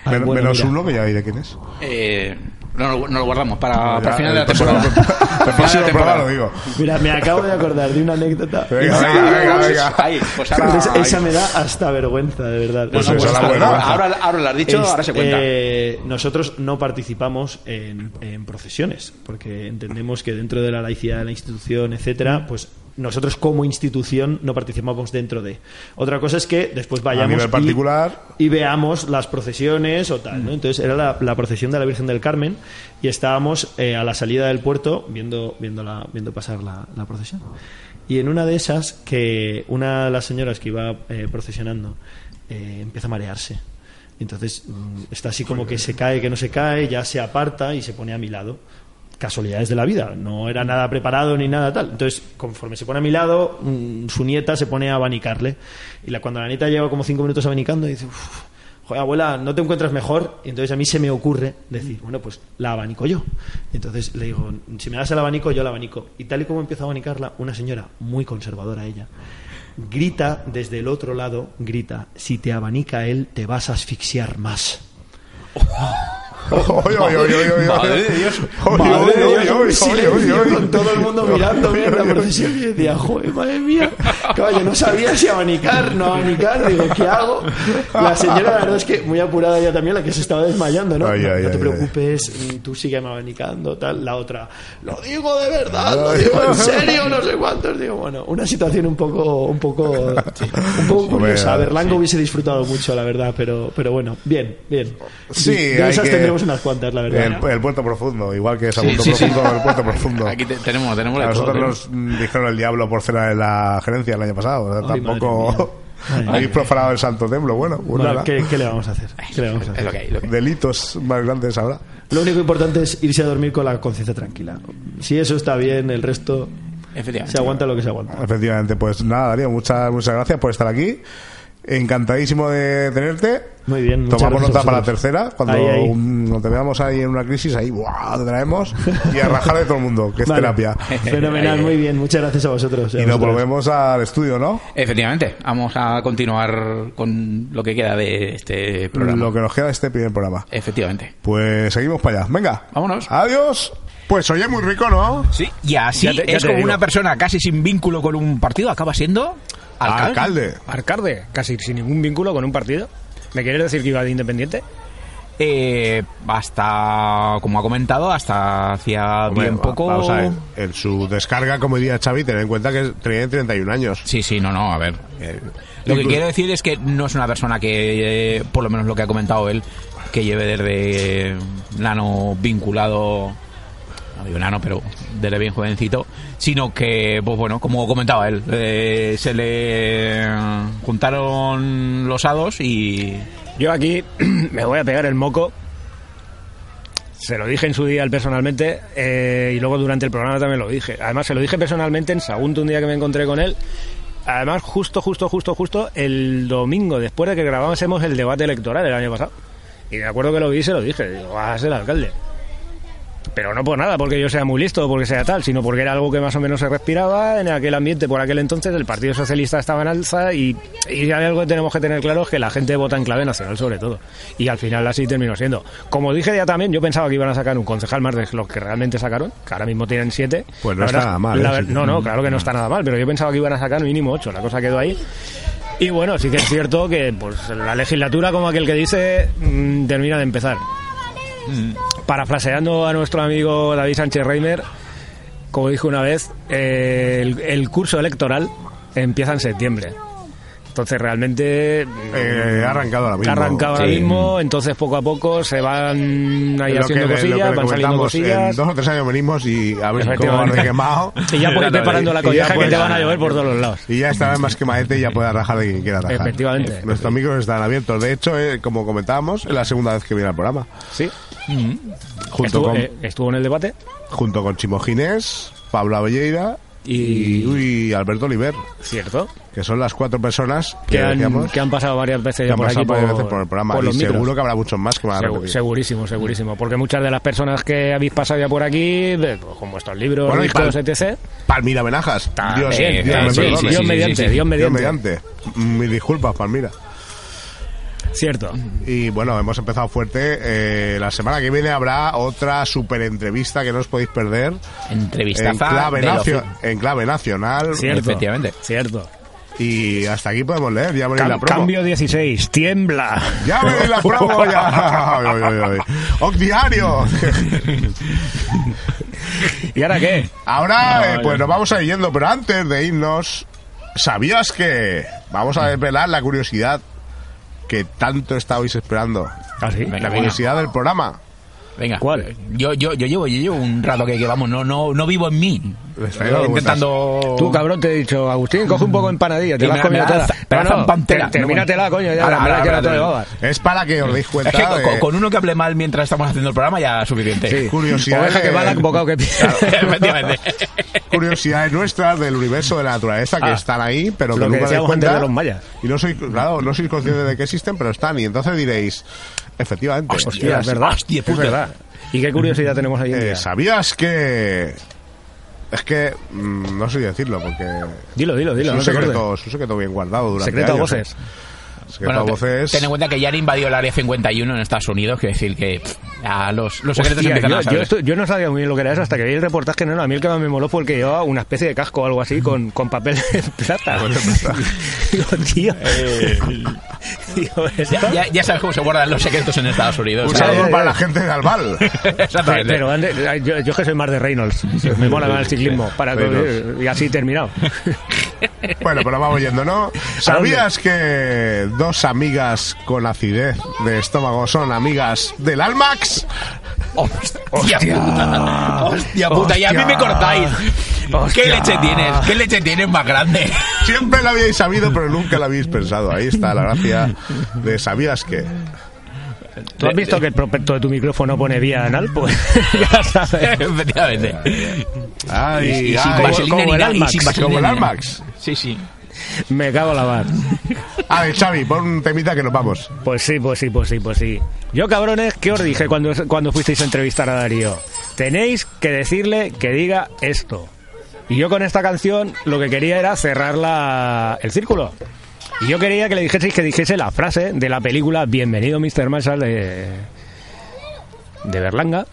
Ah,
Men-
bueno,
menos
mira.
uno que ya diré quién es.
Eh, no, lo- no lo guardamos para,
Ya,
para Pues el final de
el
la
próximo-
temporada.
El próximo programa lo digo.
Mira, me acabo de acordar de una anécdota.
Venga, venga, venga, venga.
Ahí, pues ahora-
Esa- esa me da hasta vergüenza, de verdad.
Pues eso, esa es la buena. Ahora- ahora lo has dicho, ahora se cuenta.
eh, nosotros no participamos en, en procesiones, porque entendemos que dentro de la laicidad de la institución, etcétera, pues nosotros como institución no participamos dentro de. Otra cosa es que después vayamos
nivel
y-
particular.
y, veamos las procesiones o tal. ¿no? Entonces era la, la procesión de la Virgen del Carmen y estábamos eh, a la salida del puerto viendo, viendo, la- viendo pasar la, la procesión. Y en una de esas, que una de las señoras que iba eh, procesionando eh, empieza a marearse. Entonces mm, está así como que se cae, que no se cae, ya se aparta y se pone a mi lado. Casualidades de la vida, no era nada preparado ni nada tal. Entonces, conforme se pone a mi lado, mm, su nieta se pone a abanicarle. Y la, cuando la nieta lleva como cinco minutos abanicando, dice: "Uf, Joder, abuela, ¿no te encuentras mejor? Y entonces a mí se me ocurre decir, bueno, pues la abanico yo. Y entonces le digo, si me das el abanico, yo la abanico. Y tal y como empieza a abanicarla, una señora, muy conservadora ella, grita desde el otro lado, grita, si te abanica él, te vas a asfixiar más.
Oye, oye, oye, oye, oye.
Madre de Dios.
Oye,
Madre
oye,
de
oye,
Dios,
oye,
un silencio
oye, oye.
con todo el mundo mirando bien la procesión y decía, joder, madre mía. Caballo, no sabía si abanicar, no abanicar, digo, ¿qué hago? La señora, la verdad es que muy apurada ya también, la que se estaba desmayando, ¿no?
Ay,
no,
ay,
no te
ay,
preocupes, mm, tú sigue abanicando, tal. La otra, lo digo de verdad, lo digo en serio, no sé cuántos. Digo, bueno, una situación un poco, un poco, un poco curiosa. A ver, Lango hubiese disfrutado mucho, la verdad, pero, pero bueno, bien, bien.
Sí,
De
hay
esas
que-
tendremos unas cuantas, la verdad.
El, el puerto profundo, igual que ese
Sí,
puerto
sí, sí.
profundo, el puerto profundo.
Aquí te- tenemos, tenemos
A
la
nosotros
foto,
nos mm, dijeron el diablo por cena de la gerencia el año pasado. o sea,
Ay,
tampoco
mía. Madre
habéis
mía.
profanado el santo templo. Bueno, pues
Bueno,
nada.
¿qué, qué le vamos a hacer? ¿Qué le vamos a hacer?
Delitos más grandes ahora.
Lo único importante es irse a dormir con la conciencia tranquila. Si eso está bien, el resto se aguanta lo que se aguanta.
Efectivamente, pues nada, Darío, muchas, muchas gracias por estar aquí. Encantadísimo de tenerte.
Muy bien, muchas
Tomamos
gracias a
nota para la
vosotros.
tercera. Cuando,
Ahí, ahí.
mm, te veamos ahí en una crisis, ahí ¡buah! te traemos y a rajar de todo el mundo, que es
Vale.
terapia.
Fenomenal, muy bien. Muchas gracias a vosotros. eh, a
Y nos
vosotras.
volvemos al estudio, ¿no?
Efectivamente, vamos a continuar con lo que queda de este programa.
Lo que nos queda de este primer programa.
Efectivamente.
Pues seguimos para allá. Venga.
Vámonos.
Adiós. Pues oye, muy rico, ¿no?
Sí, y así
Ya te- ya
es
te
como
digo.
una persona casi sin vínculo con un partido acaba siendo alcalde.
Alcalde, casi sin ningún vínculo con un partido. ¿Me quieres decir que iba de independiente?
Eh, hasta, como ha comentado, hasta hacía bien
va-
poco.
vamos a ver, en su descarga, como diría Xavi, tener en cuenta que tiene 31 años.
Sí, sí, no, no, a ver. Lo que quiero decir es que no es una persona que, eh, por lo menos lo que ha comentado él, que lleve desde nano vinculado, no digo nano, pero desde bien jovencito, sino que, pues bueno, como comentaba él, eh, se le juntaron los hados y...
Yo aquí me voy a pegar el moco. Se lo dije en su día él personalmente eh, y luego durante el programa también lo dije. Además, se lo dije personalmente en Sagunto un día que me encontré con él. Además, justo, justo, justo, justo el domingo, después de que grabásemos el debate electoral el año pasado. Y me acuerdo que lo vi y se lo dije. Digo, vas a ser alcalde. Pero no por nada, porque yo sea muy listo o porque sea tal, sino porque era algo que más o menos se respiraba en aquel ambiente. Por aquel entonces el Partido Socialista estaba en alza y, y hay algo que tenemos que tener claro es que la gente vota en clave nacional sobre todo. Y al final así terminó siendo. Como dije ya también, yo pensaba que iban a sacar un concejal más de los que realmente sacaron, que ahora mismo tienen siete.
Pues no
La
está nada mal,
la
¿eh?
ver- No, no, claro que no está nada mal, pero yo pensaba que iban a sacar mínimo ocho, la cosa quedó ahí. Y bueno, sí que es cierto que pues, la legislatura, como aquel que dice, mm, termina de empezar.
Mm.
Parafraseando a nuestro amigo David Sánchez Reimer, como dijo una vez, eh, el, el curso electoral empieza en septiembre. Entonces realmente...
Eh, ha arrancado ahora mismo.
Ha arrancado ahora
Sí.
mismo, entonces poco a poco se van
Lo
ahí
que-
haciendo
lo que
cosillas, van saliendo
comentamos, En
cosillas.
dos o tres años venimos y a ver cómo
Efectivamente.
de quemado.
Y ya puedes preparando la
Y ya
colleja que
puedes-
te van a llover por todos los lados.
Y ya estará más quemadete y ya puede rajar de quien quiera rajar.
Efectivamente.
Eh, Nuestros micros están abiertos. De hecho, eh, como comentábamos, es la segunda vez que viene al programa.
Sí.
Junto
estuvo,
con-
eh, estuvo en el debate.
Junto con Chimo Ginés, Pablo Avelleira y, y Alberto Oliver.
Cierto.
Que son las cuatro personas que,
que han,
decíamos
que han pasado varias veces
que
ya
han
por
pasado
aquí
varias veces por el programa.
por
y
los
seguro
micros.
que habrá muchos más que van a
Segu-
repetir.
segurísimo, segurísimo. Porque muchas de las personas que habéis pasado ya por aquí, de- pues, con vuestros libros,
Bueno, y
discos,
pal-
etc.
Palmira Benajas. Dios,
eh,
Dios, me
sí,
perdone.
sí, Dios sí, mediante, sí, sí. Dios mediante.
Mis disculpas, Palmira.
Cierto.
Y bueno, hemos empezado fuerte. Eh, la semana que viene habrá otra super entrevista que no os podéis perder.
Entrevistaza
En clave,
de lo
nacio-
fi-
en clave nacional.
Cierto. Efectivamente. Cierto.
Y hasta aquí podemos leer. Ya veréis
Cam-
la promo.
cambio 16, tiembla.
Ya veréis la promo. Ya. Ay, ay, ay, ay. Oc diario.
¿Y ahora qué?
Ahora, eh,
Ay.
pues nos vamos a ir yendo, pero antes de irnos, ¿sabías que vamos a desvelar la curiosidad que tanto estabais esperando? la
Ah,
Venga,
curiosidad del programa.
Venga. ¿Cuál? Yo, yo, yo llevo, yo llevo un rato que, que vamos, no, no, no vivo en mí.
traigo
intentando...
Tú, cabrón, te he dicho, Agustín, coge un poco de empanadilla, te
Y
la has
me-
comido
me la
toda.
hace- me la hace en pantera.
te-
No, bueno.
termínatela, coño, ya,
Ahora,
la verdad
ahora,
que no
ahora,
te
ahora.
bebabas.
Es para que os deis cuenta.
Es que con,
de-
con uno que hable mal mientras estamos haciendo el programa ya es suficiente.
Sí. Curiosidad
Oveja que
de-
bala, bocado que pierde.
Efectivamente.
curiosidades nuestras del universo de la naturaleza que
Ah.
están ahí, pero que
Lo que
nunca dais
decíamos
cuenta.
antes de los mayas.
Y no soy, claro, no sois conscientes de que existen, pero están. Y entonces diréis, efectivamente.
Hostia, es verdad.
Hostia,
es
puta.
verdad. ¿Y qué curiosidad tenemos ahí? en
Eh,
día?
¿Sabías que.? Es que mm, no sé decirlo porque.
Dilo, dilo,
es,
dilo.
un
no te
secreto,
acuerdes.
es un secreto bien guardado durante
Secreto a
años,
voces.
eh. Secreto
Bueno,
a
te-
voces.
ten en cuenta que ya han invadido el área 51 en Estados Unidos, quiero decir que pff, ya los, los secretos
Hostia,
empiezan
yo,
a
yo
saber.
esto- yo no sabía muy bien lo que era eso hasta que vi el reportaje. No, no, a mí el que más me moló fue el que llevaba una especie de casco o algo así con, con papel de plata. Digo, tío. Digo, esto-
Ya, ya- ya sabes cómo se guardan los secretos en Estados Unidos.
Un saludo para la gente de Albal.
Pe-
Exactamente.
Pero ande- ay, yo, yo que soy más de Reynolds. Me mola más el ciclismo. Para,
Reynolds.
y así terminado.
Bueno, pero vamos yendo, ¿no? ¿Sabías que dos amigas con acidez de estómago son amigas del Almax?
Hostia puta. Hostia puta, y a mí
Hostia.
me cortáis.
Hostia.
¿Qué leche tienes? ¿Qué leche tienes más grande?
Siempre lo habíais sabido, pero nunca lo habéis pensado. Ahí está la gracia de ¿sabías que?
¿Tú has visto que el prospecto de tu micrófono pone vía anal? Pues ya sabes.
Efectivamente.
Ay,
Y- y sin
ay,
vaselina
como
ni
el
nada, y
Almax,
sin vaselina
como el
ni nada.
Almax.
Sí, sí.
Me cago en la bar.
A ver, Xavi, pon un temita que nos vamos.
Pues sí, pues sí, pues sí, pues sí. Yo, cabrones, ¿qué os dije cuando, cuando fuisteis a entrevistar a Darío? Tenéis que decirle que diga esto. Y yo con esta canción lo que quería era cerrar la- el círculo. Y yo quería que le dijeseis que dijese la frase de la película Bienvenido, Mr. Marshall de, de Berlanga.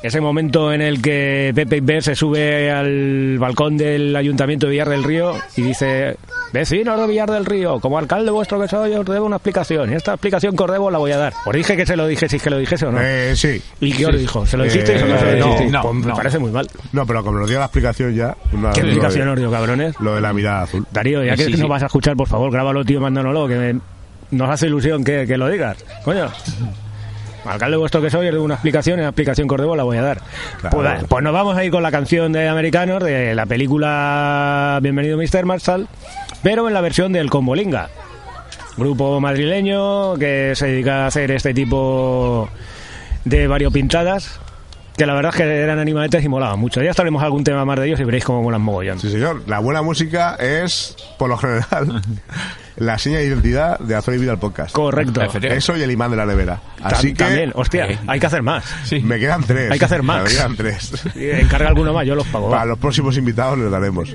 Ese momento en el que Pepe Iber se sube al balcón del ayuntamiento de Villar del Río y dice, vecinos de Villar del Río, como alcalde vuestro que soy, os debo una explicación. Y esta explicación que os debo la voy a dar. Os dije que se lo dije, si es que lo dijese o no.
Eh, sí.
¿Y qué os
Sí.
dijo? ¿Se lo
Eh,
dijisteis o no se lo
eh,
dijisteis?
no,
Pues me
no. Ah,
parece muy mal.
No, pero como nos dio la explicación ya. una-
¿Qué
lo de-
explicación os dio, cabrones?
Lo de la mirada azul.
Darío, ya que no vas a escuchar, por favor, grábalo, tío, mándanoslo, que me- nos hace ilusión que, que lo digas. Coño. Alcalde vuestro que soy, os doy una explicación, y la explicación que os debo la voy a dar. Pues, va, pues nos vamos a ir con la canción de Americanos, de la película Bienvenido Mr. Marshall, pero en la versión del Combolinga. Grupo madrileño que se dedica a hacer este tipo de variopintadas, que la verdad es que eran animaletes y molaban mucho. Ya estaremos algún tema más de ellos y veréis cómo molan mogollón.
Sí, señor. La buena música es, por lo general, la seña de identidad de Hacer y Vida al podcast.
Correcto.
Eso y el imán de la nevera. Así
Así
que. eh,
También, hostia, hay que hacer más.
Me quedan tres.
Hay que hacer más.
Me quedan tres.
Encarga alguno más, yo los pago.
Para los próximos invitados les daremos.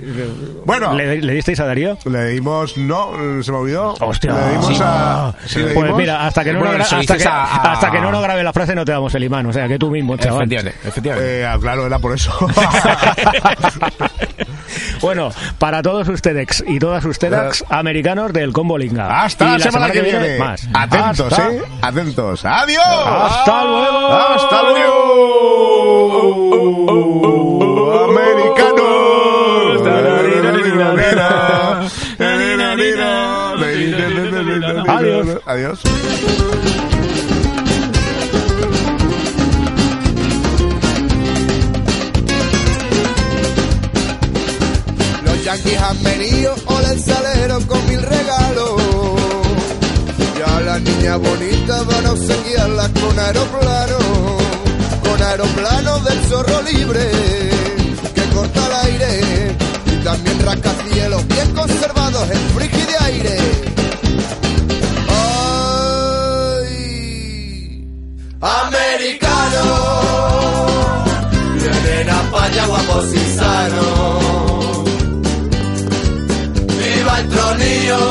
Bueno.
¿Le, le disteis a Darío?
Le dimos. No, se me olvidó.
Hostia.
Le dimos
Sí.
a. sí, le
Pues
dimos-
mira, hasta que no,
Bueno,
lo gra-
se lo
hasta, que,
dices a-
hasta que no lo grabe la frase no te damos el imán, o sea que tú mismo, chaval.
Eh, ah, claro, era por eso.
Bueno, para todos ustedes y todas ustedes americanos del Combo Linga.
Hasta
Y
la, semana, que viene.
más.
Atentos,
Hasta-
¿eh? Atentos. ¡Adiós!
Hasta luego.
¡Hasta luego! ¡Americanos! Adiós. Adiós.
Los yanquis han venido, ole salero con mil regalos. Ya las niñas bonitas van a obsequiarlas con aeroplano, con aeroplano del zorro libre, que corta el aire. Y también rascacielos bien conservados en friki de aire. ¡Americano! Vienen a Paya guapos y sanos. ¡Viva el tronillo!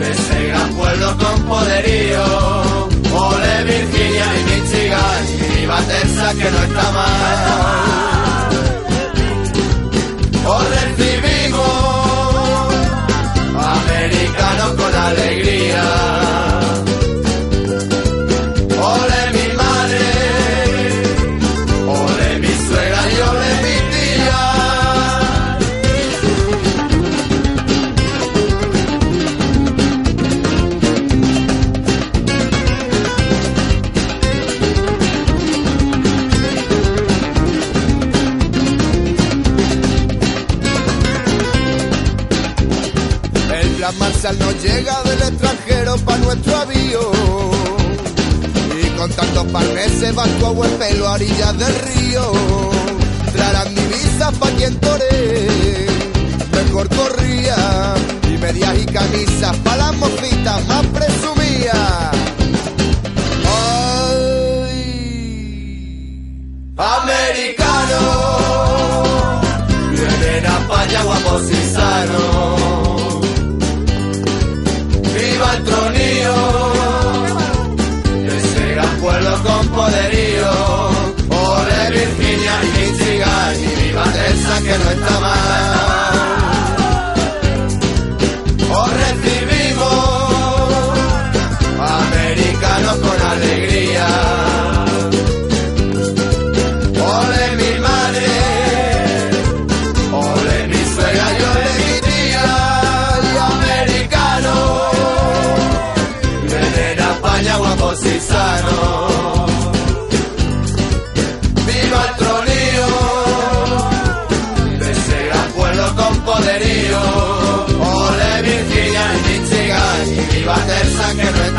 De ese gran pueblo con poderío. ¡Ole Virginia y Michigan! y ¡Viva Texas que no está mal! ¡Os recibimos! Americanos con alegría. ¡Ole mi madre! Ole mi suegra y ole mi tía. El plan Marshall nos llega del extranjero pa' nuestro avión. Y con tantos parneses bajo el pelo a orillas del río. Traerán divisas pa' quien tore, mejor corría. Y medias y camisas pa' las mocitas más presumidas. ¡Americano! Vienen a Paya guapos y sanos. ¡Viva el tronío! Ese gran pueblo con poderío. ¡Ole Virginia y Michigan! Y viva Texas que no está mal. ¡Os recibimos! Americanos con alegría. ¡Ole mi madre! Ole mi suegra, yo le diría y americano. Vienen a España guapos y sanos. Viva el tronío de ese gran pueblo con poderío. Ole Virginia y Michigan y viva Texas que no está